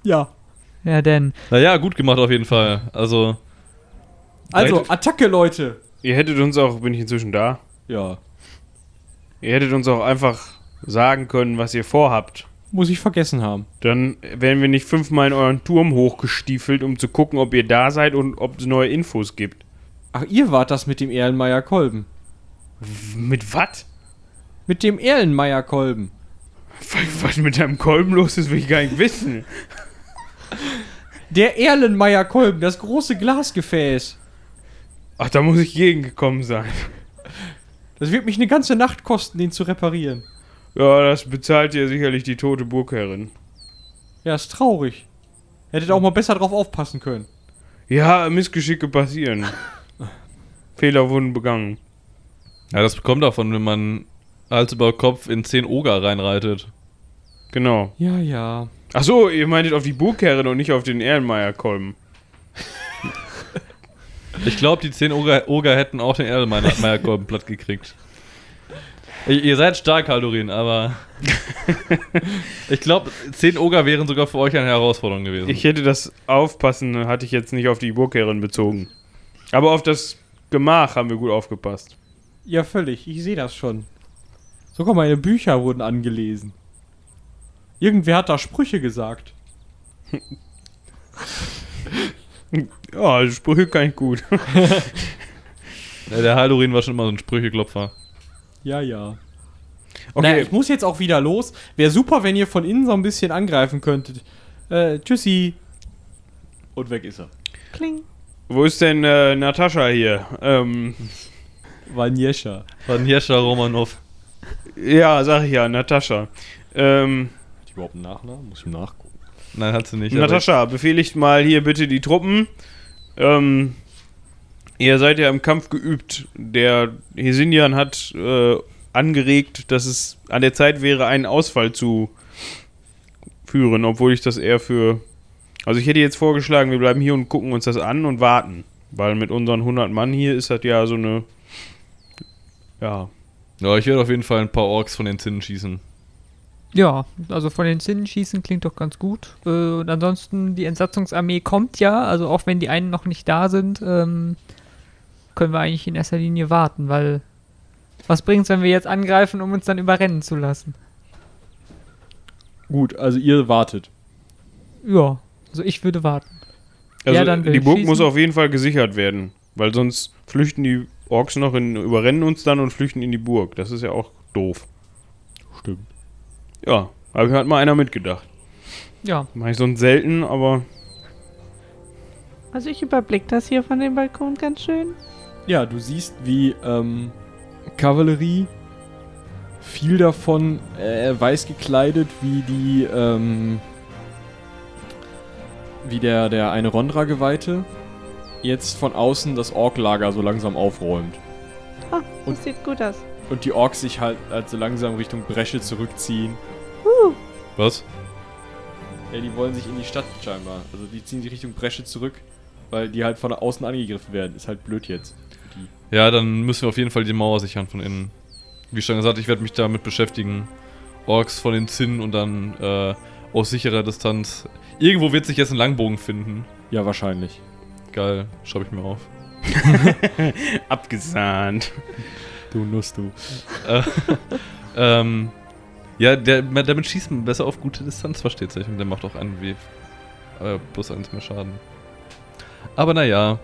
A: Ja.
H: Ja, denn.
F: Naja, gut gemacht auf jeden Fall. Also,
A: Also,
F: Leitet-
A: Attacke, Leute.
G: Ihr hättet uns auch, bin ich inzwischen da,
A: Ja.
G: ihr hättet uns auch einfach sagen können, was ihr vorhabt.
A: Muss ich vergessen haben.
G: Dann wären wir nicht fünfmal in euren Turm hochgestiefelt, um zu gucken, ob ihr da seid und ob es neue Infos gibt.
A: Ach, ihr wart das mit dem Erlenmeyer Kolben.
G: Mit was?
A: Mit dem Erlenmeyer Kolben.
G: Was mit deinem Kolben los ist, will ich gar nicht wissen.
A: Der Erlenmeyer Kolben, das große Glasgefäß.
G: Ach, da muss ich gegengekommen sein.
A: Das wird mich eine ganze Nacht kosten, den zu reparieren.
G: Ja, das bezahlt ja sicherlich die tote Burgherrin.
A: Ja, ist traurig. Hättet auch mal besser drauf aufpassen können.
G: Ja, Missgeschicke passieren. Fehler wurden begangen.
F: ja, das kommt davon, wenn man Hals über Kopf in 10 Oger reinreitet.
G: Genau.
A: Ja, ja.
G: Ach so, ihr meintet auf die Burgherrin und nicht auf den Ehrenmeier-Kolben.
F: Ich glaube, die 10 Oger, Oger hätten auch den Erdelmeierkolben platt gekriegt. Ihr ihr seid stark, Haldurin, aber. ich glaube, 10 Oger wären sogar für euch eine Herausforderung gewesen.
G: Ich hätte das Aufpassen, hatte ich jetzt nicht auf die Burgherrin bezogen. Aber auf das Gemach haben wir gut aufgepasst.
A: Ja, völlig. Ich sehe das schon. Sogar meine Bücher wurden angelesen. Irgendwer hat da Sprüche gesagt.
G: Ja, also Sprüche kann ich gut.
F: Ja, der Haldurin war schon immer so ein Sprücheklopfer.
A: Ja, ja. Okay.
G: Okay,
A: ich muss jetzt auch wieder los. Wäre super, wenn ihr von innen so ein bisschen angreifen könntet. Äh, tschüssi. Und weg ist er.
E: Kling.
G: Wo ist denn äh, Natascha hier? Ähm,
A: Vanjescha.
F: Vanjescha Romanov.
G: ja, sag ich ja, Natascha. Ähm,
A: Hat die überhaupt einen Nachnamen? Muss ich mal nachgucken.
F: Nein, hat sie nicht. aber
G: Natascha, befehligt mal hier bitte die Truppen. Ähm, ihr seid ja im Kampf geübt. Der Hesinian hat äh, angeregt, dass es an der Zeit wäre, einen Ausfall zu führen, obwohl ich das eher für. Also ich hätte jetzt vorgeschlagen, wir bleiben hier und gucken uns das an und warten. Weil mit unseren 100 Mann hier ist das ja so eine. Ja.
F: Ja, ich werde auf jeden Fall ein paar Orks von den Zinnen schießen.
H: Ja, also von den Zinnen schießen klingt doch ganz gut. Äh, und ansonsten, die Entsatzungsarmee kommt ja, also auch wenn die einen noch nicht da sind, ähm, können wir eigentlich in erster Linie warten, weil was bringt's, wenn wir jetzt angreifen, um uns dann überrennen zu lassen?
A: Gut, also ihr wartet.
H: Ja, also ich würde warten.
G: Also
H: Ja, dann will
G: die
H: ich
G: Burg muss
H: schießen.
G: auf jeden Fall gesichert werden, weil sonst flüchten die Orks noch in, überrennen uns dann und flüchten in die Burg. Das ist ja auch doof.
A: Stimmt.
G: Ja, aber hat mal einer mitgedacht.
H: Ja,
G: Mach ich sonst selten, aber
E: Also ich überblick das hier von dem Balkon ganz schön.
A: Ja, du siehst, wie ähm, Kavallerie, viel davon äh, weiß gekleidet, wie die, ähm, wie der, der eine Rondra-Geweihte, jetzt von außen das Ork-Lager so langsam aufräumt.
E: Ah,
A: Und-
E: das sieht gut aus.
A: Und die Orks sich halt, halt so langsam Richtung Bresche zurückziehen.
F: Was?
A: Ja, die wollen sich in die Stadt scheinbar. Also die ziehen sich Richtung Bresche zurück, weil die halt von außen angegriffen werden. Ist halt blöd jetzt.
F: Ja, dann müssen wir auf jeden Fall die Mauer sichern von innen. Wie schon gesagt, ich werde mich damit beschäftigen. Orks von den Zinnen und dann äh, aus sicherer Distanz. Irgendwo wird sich jetzt ein Langbogen finden.
A: Ja, wahrscheinlich.
F: Geil, schreibe ich mir auf.
G: abgesahnt.
A: Du Nuss, du.
F: Ähm, ja, der, ma- damit schießt man besser auf gute Distanz, versteht sich. Und der macht auch einen W. Äh, plus eins mehr Schaden. Aber naja,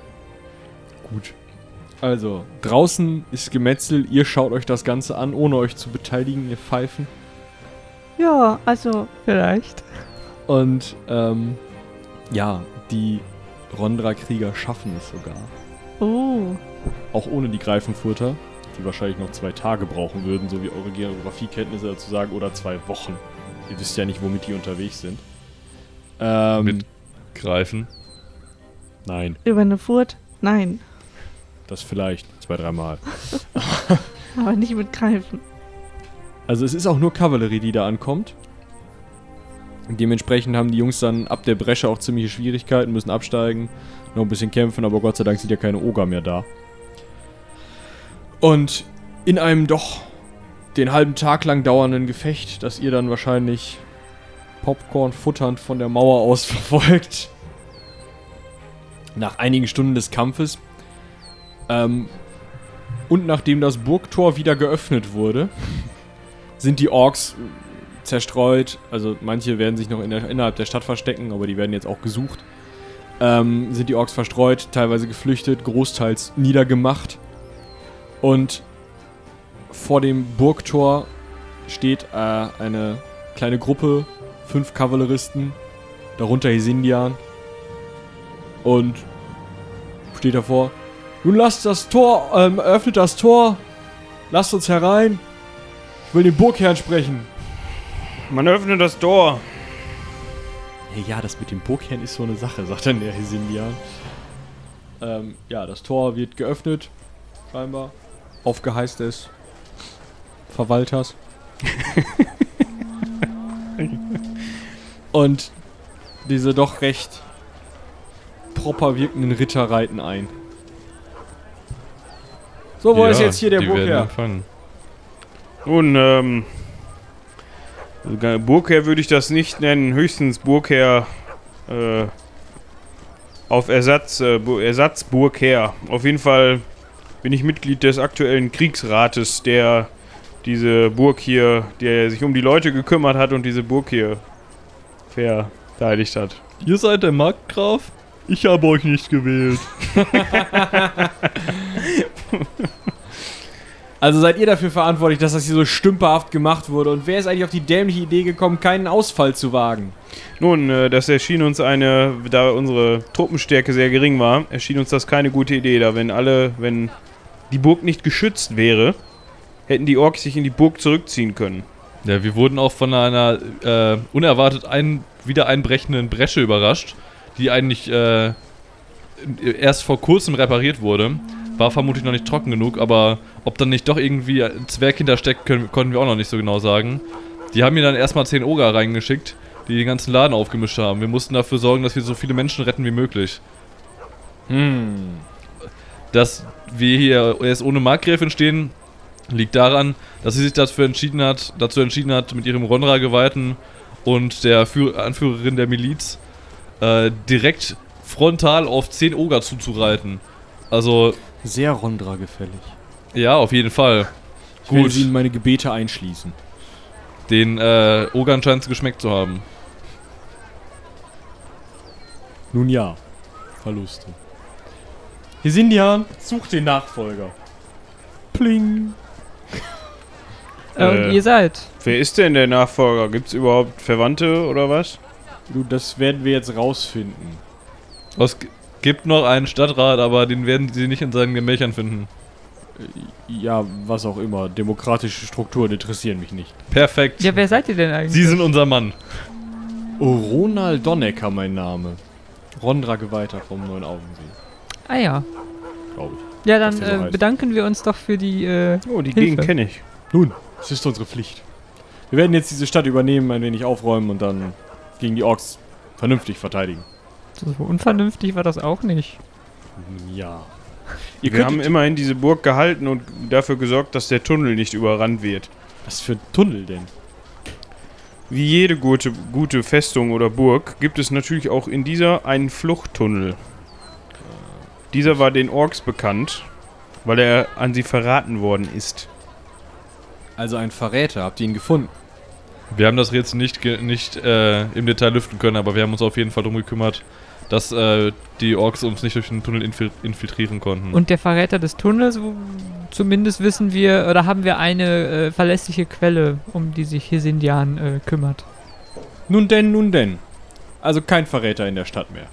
A: Gut. Also, draußen ist Gemetzel, ihr schaut euch das Ganze an, ohne euch zu beteiligen, ihr Pfeifen.
E: Ja, also
H: vielleicht.
A: Und, ähm, ja, die Rondra-Krieger schaffen es sogar.
E: oh,
A: Auch ohne die Greifenfurter, die wahrscheinlich noch zwei Tage brauchen würden, so wie eure Geografiekenntnisse dazu sagen, oder zwei Wochen. Ihr wisst ja nicht, womit die unterwegs sind. Ähm,
F: Mit- greifen.
A: nein,
E: über eine Furt? Nein,
A: das vielleicht zwei, dreimal.
E: aber nicht mit Greifen.
A: Also es ist auch nur Kavallerie, die da ankommt. Und dementsprechend haben die Jungs dann ab der Bresche auch ziemliche Schwierigkeiten, müssen absteigen, noch ein bisschen kämpfen, aber Gott sei Dank sind ja keine Oger mehr da. Und in einem doch den halben Tag lang dauernden Gefecht, das ihr dann wahrscheinlich Popcorn futternd von der Mauer aus verfolgt, nach einigen Stunden des Kampfes ähm, und nachdem das Burgtor wieder geöffnet wurde, sind die Orks äh, zerstreut. Also manche werden sich noch in der, innerhalb der Stadt verstecken, aber die werden jetzt auch gesucht. Ähm, sind die Orks verstreut, teilweise geflüchtet, großteils niedergemacht. Und vor dem Burgtor steht äh, eine kleine Gruppe, fünf Kavalleristen, darunter Hesindian. Und steht davor. Nun lasst das Tor, ähm, öffnet das Tor, lasst uns herein. Ich will den Burgherrn sprechen.
G: Man öffnet das Tor.
A: Hey, ja, das mit dem Burgherrn ist so eine Sache, sagt dann der Hesindian. Ähm, ja, das Tor wird geöffnet, scheinbar. Auf Geheiß des Verwalters. Und diese doch recht proper wirkenden Ritter reiten ein. So, wo ist jetzt hier der
F: die werden
A: Burgherr?
F: empfangen.
G: Nun, ähm. sogar Burgherr würde ich das nicht nennen, höchstens Burgherr. Äh, auf Ersatz, äh, Bu- Ersatzburgherr. Auf jeden Fall bin ich Mitglied des aktuellen Kriegsrates, der diese Burg hier, der sich um die Leute gekümmert hat und diese Burg hier verteidigt hat.
F: Ihr seid der Markgraf? Ich habe euch nicht gewählt.
A: Also seid ihr dafür verantwortlich, dass das hier so stümperhaft gemacht wurde? Und wer ist eigentlich auf die dämliche Idee gekommen, keinen Ausfall zu wagen?
G: Nun, äh, das erschien uns eine, da unsere Truppenstärke sehr gering war, erschien uns das keine gute Idee, da wenn alle, wenn die Burg nicht geschützt wäre, hätten die Orks sich in die Burg zurückziehen können.
F: Ja, wir wurden auch von einer äh, unerwartet ein, wieder einbrechenden Bresche überrascht, die eigentlich äh, erst vor kurzem repariert wurde. War vermutlich noch nicht trocken genug, aber ob dann nicht doch irgendwie ein Zwerg hintersteckt, können, konnten wir auch noch nicht so genau sagen. Die haben mir dann erstmal 10 Oger reingeschickt, die den ganzen Laden aufgemischt haben. Wir mussten dafür sorgen, dass wir so viele Menschen retten wie möglich.
A: Hm.
F: Dass wir hier erst ohne Markgräfin stehen, liegt daran, dass sie sich dafür entschieden hat, dazu entschieden hat, mit ihrem Ronra-Geweihten und der Führ Anführerin der Miliz äh, direkt frontal auf 10 Oger zuzureiten. Also,
A: Sehr Rondra gefällig.
F: ja, auf jeden Fall.
A: Ich will
F: Gut,
A: sie in meine Gebete einschließen.
F: den äh, Ogern scheint es geschmeckt zu haben.
A: Nun ja. Verluste. Hisindian, such den Nachfolger. Pling.
H: Äh, und
G: Äh.
H: ihr seid.
G: Wer ist denn der Nachfolger? Gibt's überhaupt Verwandte oder was?
A: Du, das werden wir jetzt rausfinden.
F: Es g- gibt noch einen Stadtrat, aber den werden sie nicht in seinen Gemächern finden.
A: Ja, was auch immer. Demokratische Strukturen interessieren mich nicht.
F: Perfekt.
H: Ja, wer seid ihr denn eigentlich?
F: Sie sind unser Mann.
A: Oh, Ronald Donnecker, mein Name. Rondra Geweihter vom Neuen Augensee,
H: ah ja.
A: glaube ich.
H: Ja,
A: Was
H: dann
A: der so
H: äh,
A: heißt.
H: bedanken wir uns doch für die. Äh,
G: Oh, die
H: Hilfe.
G: Gegend kenne ich.
A: Nun, es ist unsere Pflicht. Wir werden jetzt diese Stadt übernehmen, ein wenig aufräumen und dann gegen die Orks vernünftig verteidigen.
H: so unvernünftig war das auch nicht.
A: Ja. Ihr
G: Wir haben
A: könnt
G: immerhin diese Burg gehalten und dafür gesorgt, dass der Tunnel nicht überrannt wird.
A: Was für ein Tunnel denn?
G: Wie jede gute, gute Festung oder Burg gibt es natürlich auch in dieser einen Fluchttunnel. Dieser war den Orks bekannt, weil er an sie verraten worden ist.
A: Also ein Verräter, habt ihr ihn gefunden?
F: Wir haben das Rätsel nicht, ge- nicht äh, im Detail lüften können, aber wir haben uns auf jeden Fall darum gekümmert, dass äh, die Orks uns nicht durch den Tunnel infil infiltrieren
A: Hm.
F: konnten.
H: Und der Verräter des Tunnels, wo, zumindest wissen wir, oder haben wir eine äh, verlässliche Quelle, um die sich Hesindian äh, kümmert.
A: Nun denn, nun denn. Also kein Verräter in der Stadt mehr.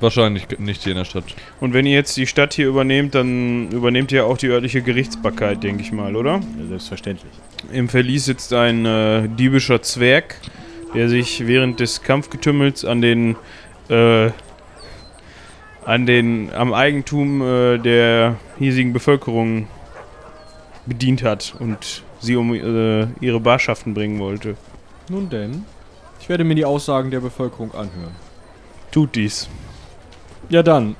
F: Wahrscheinlich g- nicht hier in der Stadt.
G: Und wenn ihr jetzt die Stadt hier übernehmt, dann übernehmt ihr auch die örtliche Gerichtsbarkeit, denke ich mal, oder?
A: Ja, selbstverständlich.
G: Im Verlies sitzt ein äh, diebischer Zwerg, der sich während des Kampfgetümmels an den äh, an den am Eigentum äh, der hiesigen Bevölkerung bedient hat und sie um äh, ihre Barschaften bringen wollte.
A: Nun denn. Ich werde mir die Aussagen der Bevölkerung anhören.
G: Tut dies.
A: Ja dann.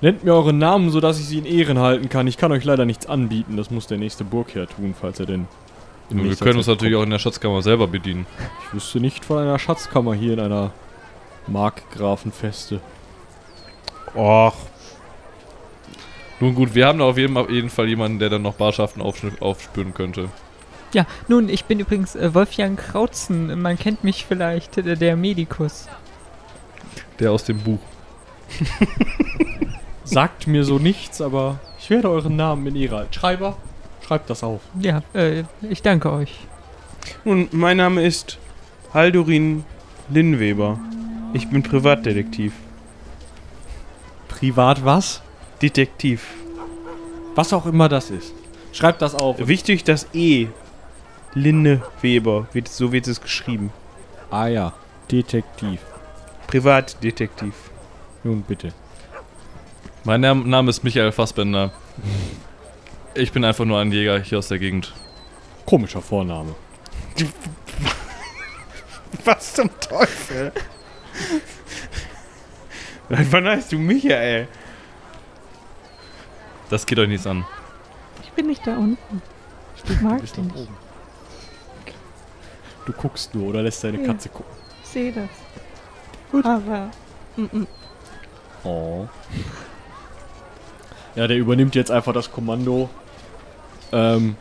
A: Nennt mir euren Namen, sodass ich sie in Ehren halten kann. Ich kann euch leider nichts anbieten. Das muss der nächste Burgherr tun, falls er denn. in
F: Wir
A: nächster
F: können uns
A: Zeit
F: natürlich auch in der Schatzkammer selber bedienen.
A: kommt. Ich wüsste nicht von einer Schatzkammer hier in einer Markgrafenfeste.
G: Och,
F: Nun gut, wir haben da auf jeden, auf jeden Fall jemanden, der dann noch Barschaften aufschn- aufspüren könnte.
H: Ja, nun, ich bin übrigens äh, Wolfjan Krautzen. Man kennt mich vielleicht, äh, der Medikus.
F: Der aus dem Buch.
A: Sagt mir so nichts, aber ich werde euren Namen in Ehre halten. Schreiber, schreibt das auf.
H: Ja, äh, ich danke euch.
G: Nun, mein Name ist Haldurin Linnweber. Ich bin Privatdetektiv.
A: Privat was?
G: Detektiv.
A: Was auch immer das ist. Schreibt das auf.
G: Wichtig das E. Linneweber, wird, so wird es geschrieben.
A: Ah ja, Detektiv.
G: Privatdetektiv.
A: Nun bitte.
F: Mein Nam- Name ist Michael Fassbender. Ich bin einfach nur ein Jäger hier aus der Gegend.
A: Komischer Vorname.
G: Was zum Teufel? Seit wann heißt du Michael?
F: Das geht euch nichts an.
E: Ich bin nicht da unten. Ich mag dich
A: noch
E: nicht.
A: oben. Du guckst nur oder lässt deine
E: Ja.
A: Katze gucken.
E: Ich sehe das. Aber mm, mm.
A: Oh. Ja, der übernimmt jetzt einfach das Kommando. Ähm,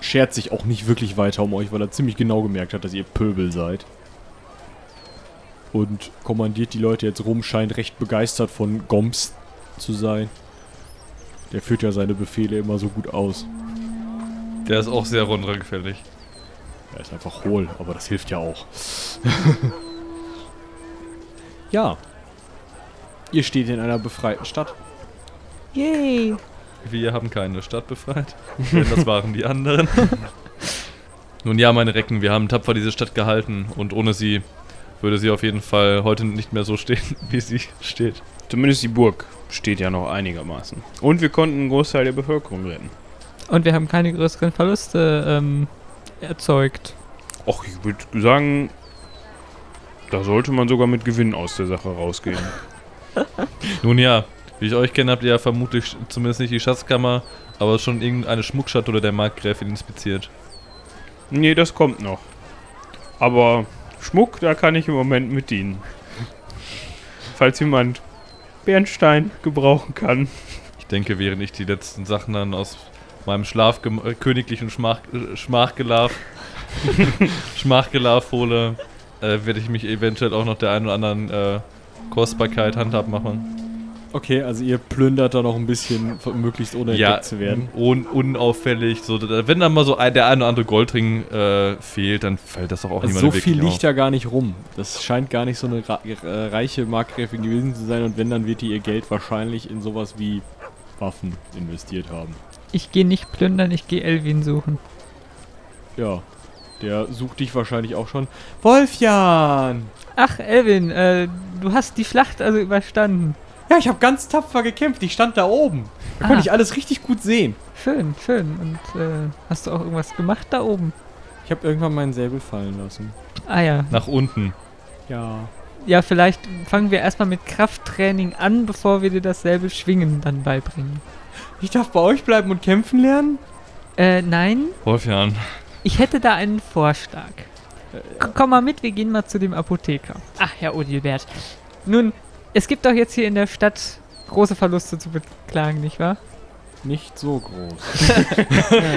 A: schert sich auch nicht wirklich weiter um euch, weil er ziemlich genau gemerkt hat, dass ihr Pöbel seid. Und kommandiert die Leute jetzt rum, scheint recht begeistert von Goms zu sein. Der führt ja seine Befehle immer so gut aus.
F: Der ist auch sehr rundra gefällig.
A: Er ist einfach hohl, aber das hilft ja auch. ja. Ihr steht in einer befreiten Stadt.
E: Yay.
F: Wir haben keine Stadt befreit, denn das waren die anderen. Nun ja, meine Recken, wir haben tapfer diese Stadt gehalten und ohne sie würde sie auf jeden Fall heute nicht mehr so stehen, wie sie steht.
G: Zumindest die Burg steht ja noch einigermaßen. Und wir konnten einen Großteil der Bevölkerung retten.
H: Und wir haben keine größeren Verluste ähm, erzeugt.
G: Och, ich würde sagen, da sollte man sogar mit Gewinn aus der Sache rausgehen.
F: Nun ja, wie ich euch kenne, habt ihr ja vermutlich sch- zumindest nicht die Schatzkammer, aber schon irgendeine Schmuckstadt oder der Markgräfin inspiziert.
G: nee, das kommt noch. Aber Schmuck, da kann ich im Moment mit dienen. Falls jemand Bernstein gebrauchen kann.
F: Ich denke, während ich die letzten Sachen dann aus meinem Schlaf gem- äh, königlichen Schmach, äh, Schmachgelaf, Schmachgelaf hole, äh, werde ich mich eventuell auch noch der einen oder anderen äh, Kostbarkeit handhab machen.
A: Okay, also ihr plündert da noch ein bisschen, von- möglichst ohne entdeckt zu werden.
F: Un unauffällig. So, da- wenn dann mal so ein, der eine oder andere Goldring äh, fehlt, dann fällt das doch auch
A: Also
F: niemandem
A: so viel
F: wirklich
A: liegt da gar nicht rum. Das scheint gar nicht so eine ra- äh, reiche Markgräfin gewesen zu sein. Und wenn, dann wird die ihr Geld wahrscheinlich in sowas wie Waffen investiert haben.
H: Ich gehe nicht plündern, ich gehe Elvin suchen.
A: Ja, der sucht dich wahrscheinlich auch schon. Wolfjan!
H: Ach, Elvin, äh, du hast die Schlacht also überstanden.
A: Ja, ich habe ganz tapfer gekämpft. Ich stand da oben. Da
H: Ah.
A: konnte ich alles richtig gut sehen.
H: Schön, schön. Und äh, hast du auch irgendwas gemacht da oben?
A: Ich habe irgendwann meinen Säbel fallen lassen.
H: Ah ja.
F: Nach unten.
A: Ja.
H: Ja, vielleicht fangen wir erstmal mit Krafttraining an, bevor wir dir dasselbe Schwingen dann beibringen.
A: Ich darf bei euch bleiben und kämpfen lernen?
H: Äh, nein,
F: Wolfjan,
H: ich hätte da einen Vorschlag. K komm mal mit, wir gehen mal zu dem Apotheker. Ach, Herr Odilbert. Nun, es gibt doch jetzt hier in der Stadt große Verluste zu beklagen, nicht wahr?
A: Nicht so groß.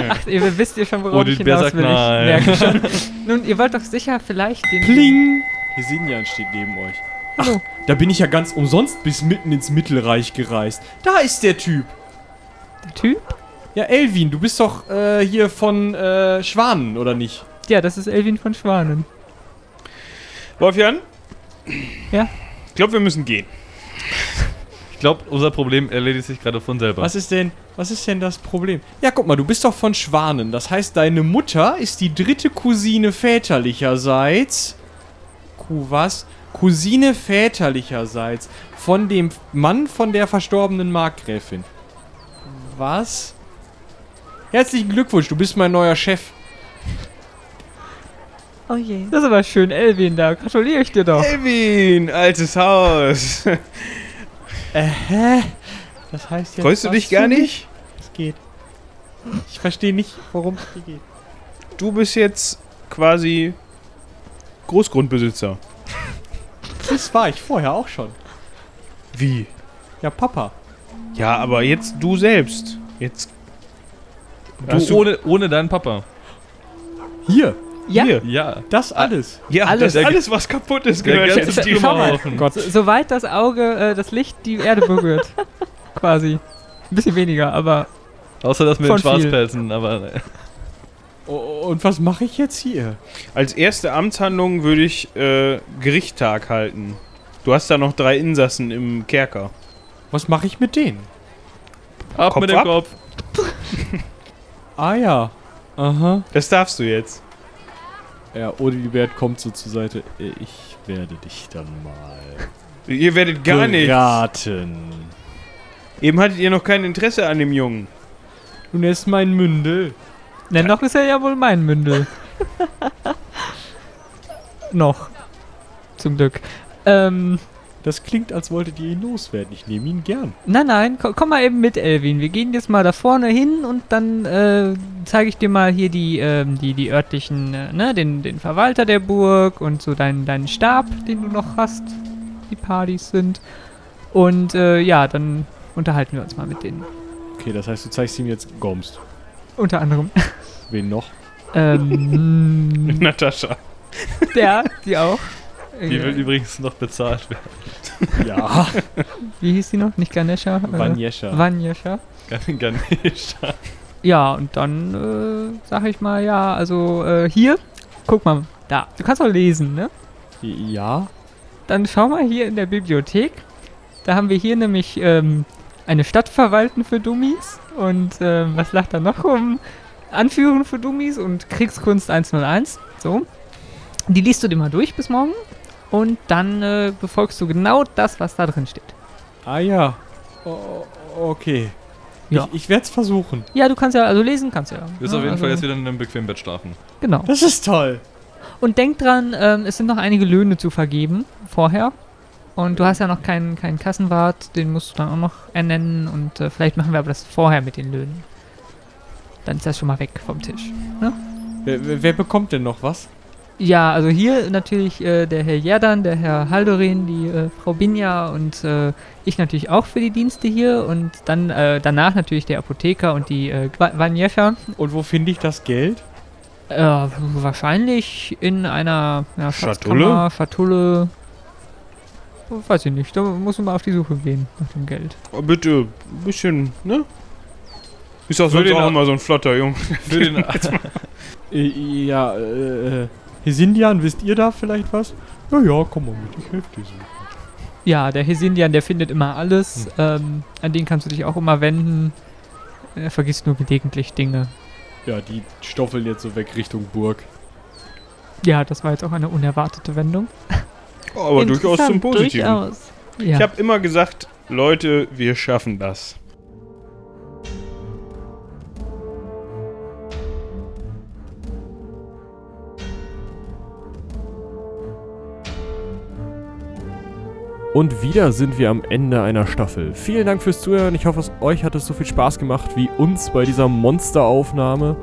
H: Ach, ihr wisst ihr schon, worauf ich
F: Odilbert
H: hinaus
F: sagt
H: will. Ich
F: nein.
H: merke schon. Nun, ihr wollt doch sicher vielleicht den...
A: Pling! Hesinjan steht neben euch. Ach,
H: Hallo.
A: da bin ich ja ganz umsonst bis mitten ins Mittelreich gereist. Da ist der Typ.
H: Der Typ?
A: Ja, Elvin, du bist doch äh, hier von äh, Schwanen, oder nicht?
H: Ja, das ist Elvin von Schwanen.
G: Wolfjan?
H: Ja?
G: Ich glaube, wir müssen gehen.
F: ich glaube, unser Problem erledigt sich gerade von selber.
A: Was ist denn, was ist denn das Problem? Ja, guck mal, du bist doch von Schwanen. Das heißt, deine Mutter ist die dritte Cousine väterlicherseits. Ku was? Cousine väterlicherseits von dem Mann von der verstorbenen Markgräfin. Was? Herzlichen Glückwunsch, du bist mein neuer Chef.
E: Oh je.
H: Das ist aber schön, Elvin da. Gratuliere ich dir doch.
G: Elvin, altes Haus.
A: Hä? Das heißt jetzt.
G: Freust du
A: was?
G: dich gar nicht?
A: Es geht. Ich verstehe nicht, warum es dir geht.
G: Du bist jetzt quasi Großgrundbesitzer.
A: Das war ich vorher auch schon.
G: Wie?
A: Ja, Papa.
G: Ja, aber jetzt du selbst. Jetzt Hast
F: du, ohne, ohne deinen Papa.
A: Hier,
H: Ja,
G: hier.
F: Ja.
A: das alles.
G: Ja,
H: Alles.
G: das alles, was kaputt ist,
F: Der
G: gehört
F: ganze
G: jetzt dir.
F: Blumenhaufen.
A: Gott.
H: So, soweit das Auge, äh, das Licht die Erde berührt. Quasi. Ein bisschen weniger, aber
F: Außer das mit den
H: Von viel.
F: Schwarzpelzen, aber
A: Ah,
F: äh,
A: O- Und was mache ich jetzt hier?
G: Als erste Amtshandlung würde ich äh, Gerichttag halten. Du hast da noch drei Insassen im Kerker.
A: Was mache ich mit denen?
F: ab
G: Kopf
F: mit dem
G: ab.
F: Kopf.
A: Ah ja. Aha.
G: Das darfst du jetzt.
A: Ja, Odilibert kommt so zur Seite. Äh, Ich werde dich dann mal
G: Ihr werdet gar nicht.
A: beraten.
G: Eben hattet ihr noch kein Interesse an dem Jungen.
A: Nun, er ist mein Mündel.
H: na, noch ist er ja wohl mein Mündel. noch. Zum Glück. Ähm,
A: Das klingt, als wolltet ihr ihn loswerden. Ich nehme ihn gern.
H: nein, nein, ko komm mal eben mit, Elvin. Wir gehen jetzt mal da vorne hin und dann äh, zeige ich dir mal hier die, ähm, die, die örtlichen, äh, ne, den, den Verwalter der Burg und so deinen, deinen Stab, den du noch hast, die Partys sind. Und äh, ja, dann unterhalten wir uns mal mit denen.
A: Okay, das heißt, du zeigst ihm jetzt Gomst.
H: Unter anderem.
A: Wen noch?
H: Ähm,
G: Natascha.
H: ja, die auch. Äh,
F: Die will übrigens noch bezahlt werden.
A: Ja,
H: wie hieß die noch? Nicht Ganesha? äh,
A: Vanjescha.
H: Vanyesha.
F: Gan- Ganesha.
H: Ja, und dann äh, sag ich mal, ja, also äh, hier Guck mal, da. Du kannst doch lesen, ne?
A: Ja.
H: Dann schau mal hier in der Bibliothek. Da haben wir hier nämlich ähm, eine Stadt verwalten für Dummies und ähm, was lag da noch rum? Anführen für Dummies und Kriegskunst 101. So. Die liest du dir mal durch bis morgen und dann äh, befolgst du genau das, was da drin steht.
A: Ah ja. O- o- okay.
H: Ja.
A: Ich, ich werde es versuchen.
H: Ja, du kannst ja, also lesen kannst du ja.
F: Wirst
H: Ja,
F: auf jeden
H: also,
F: Fall jetzt wieder in einem bequemen Bett schlafen.
H: Genau.
A: Das ist toll.
H: Und denk dran, ähm, es sind noch einige Löhne zu vergeben vorher. Und du hast ja noch keinen, keinen Kassenwart, den musst du dann auch noch ernennen. Und äh, vielleicht machen wir aber das vorher mit den Löhnen. Dann ist das schon mal weg vom Tisch.
A: Wer, wer, wer bekommt denn noch was?
H: Ja, also hier natürlich äh, der Herr Jerdan, der Herr Haldorin, die äh, Frau Binja und äh, ich natürlich auch für die Dienste hier. Und dann äh, danach natürlich der Apotheker und die äh, Vanjefa.
A: Und wo finde ich das Geld?
H: Äh, wahrscheinlich in einer ja,
G: Schatulle?
H: Schatzkammer, Schatulle. Weiß ich nicht. Da muss man mal auf die Suche gehen nach dem Geld.
G: Oh, bitte, ein bisschen, ne? Ist auch
F: Würde
G: sonst
F: ihn
G: auch
F: auch-
G: immer so ein flotter Junge.
F: Für den,
A: Äh, ja, äh, äh, Hesindian, wisst ihr da vielleicht was? Ja, ja, komm mal mit, ich helfe dir so.
H: Ja, der Hesindian, der findet immer alles. Ähm, an den kannst du dich auch immer wenden. Er vergisst nur gelegentlich Dinge.
A: Ja, die stoffeln jetzt so weg Richtung Burg.
H: Ja, das war jetzt auch eine unerwartete Wendung.
G: Oh, Aber durchaus zum
E: Interessant,
G: Positiven.
E: Durchaus.
H: Ja.
G: Ich habe immer gesagt, Leute, wir schaffen das.
I: Und wieder sind wir am Ende einer Staffel. Vielen Dank fürs Zuhören. Ich hoffe, es euch hat es so viel Spaß gemacht wie uns bei dieser Monsteraufnahme.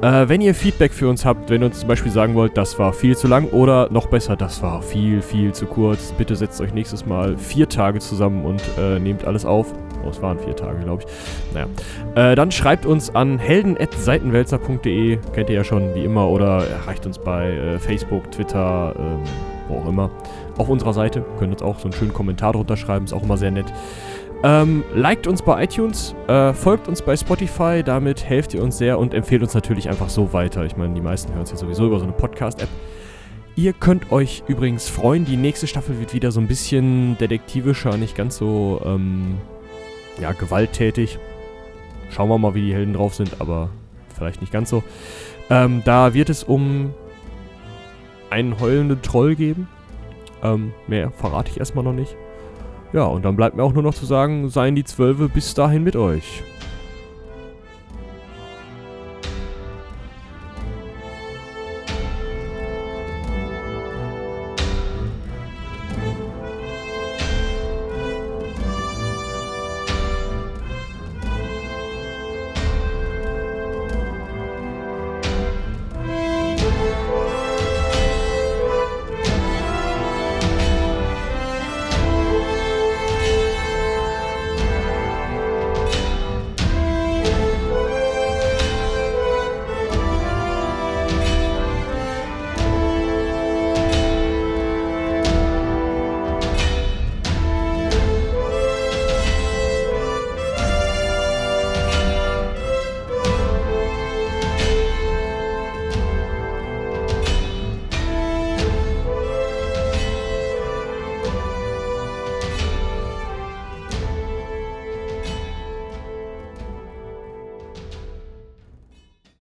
I: Äh, wenn ihr Feedback für uns habt, wenn ihr uns zum Beispiel sagen wollt, das war viel zu lang oder noch besser, das war viel, viel zu kurz, bitte setzt euch nächstes Mal vier Tage zusammen und äh, nehmt alles auf. Oh, es waren vier Tage, glaube ich. Naja. Äh, dann schreibt uns an helden.seitenwälzer.de, kennt ihr ja schon, wie immer, oder erreicht uns bei äh, Facebook, Twitter, ähm, wo auch immer auf unserer Seite. Könnt uns auch so einen schönen Kommentar drunter schreiben, ist auch immer sehr nett. Ähm, liked uns bei iTunes, äh, folgt uns bei Spotify, damit helft ihr uns sehr und empfehlt uns natürlich einfach so weiter. Ich meine, die meisten hören es ja sowieso über so eine Podcast-App. Ihr könnt euch übrigens freuen, die nächste Staffel wird wieder so ein bisschen detektivischer, nicht ganz so ähm, ja, gewalttätig. Schauen wir mal, wie die Helden drauf sind, aber vielleicht nicht ganz so. Ähm, da wird es um einen heulenden Troll geben. Ähm, mehr verrate ich erstmal noch nicht. Ja, und dann bleibt mir auch nur noch zu sagen, seien die Zwölfe bis dahin mit euch.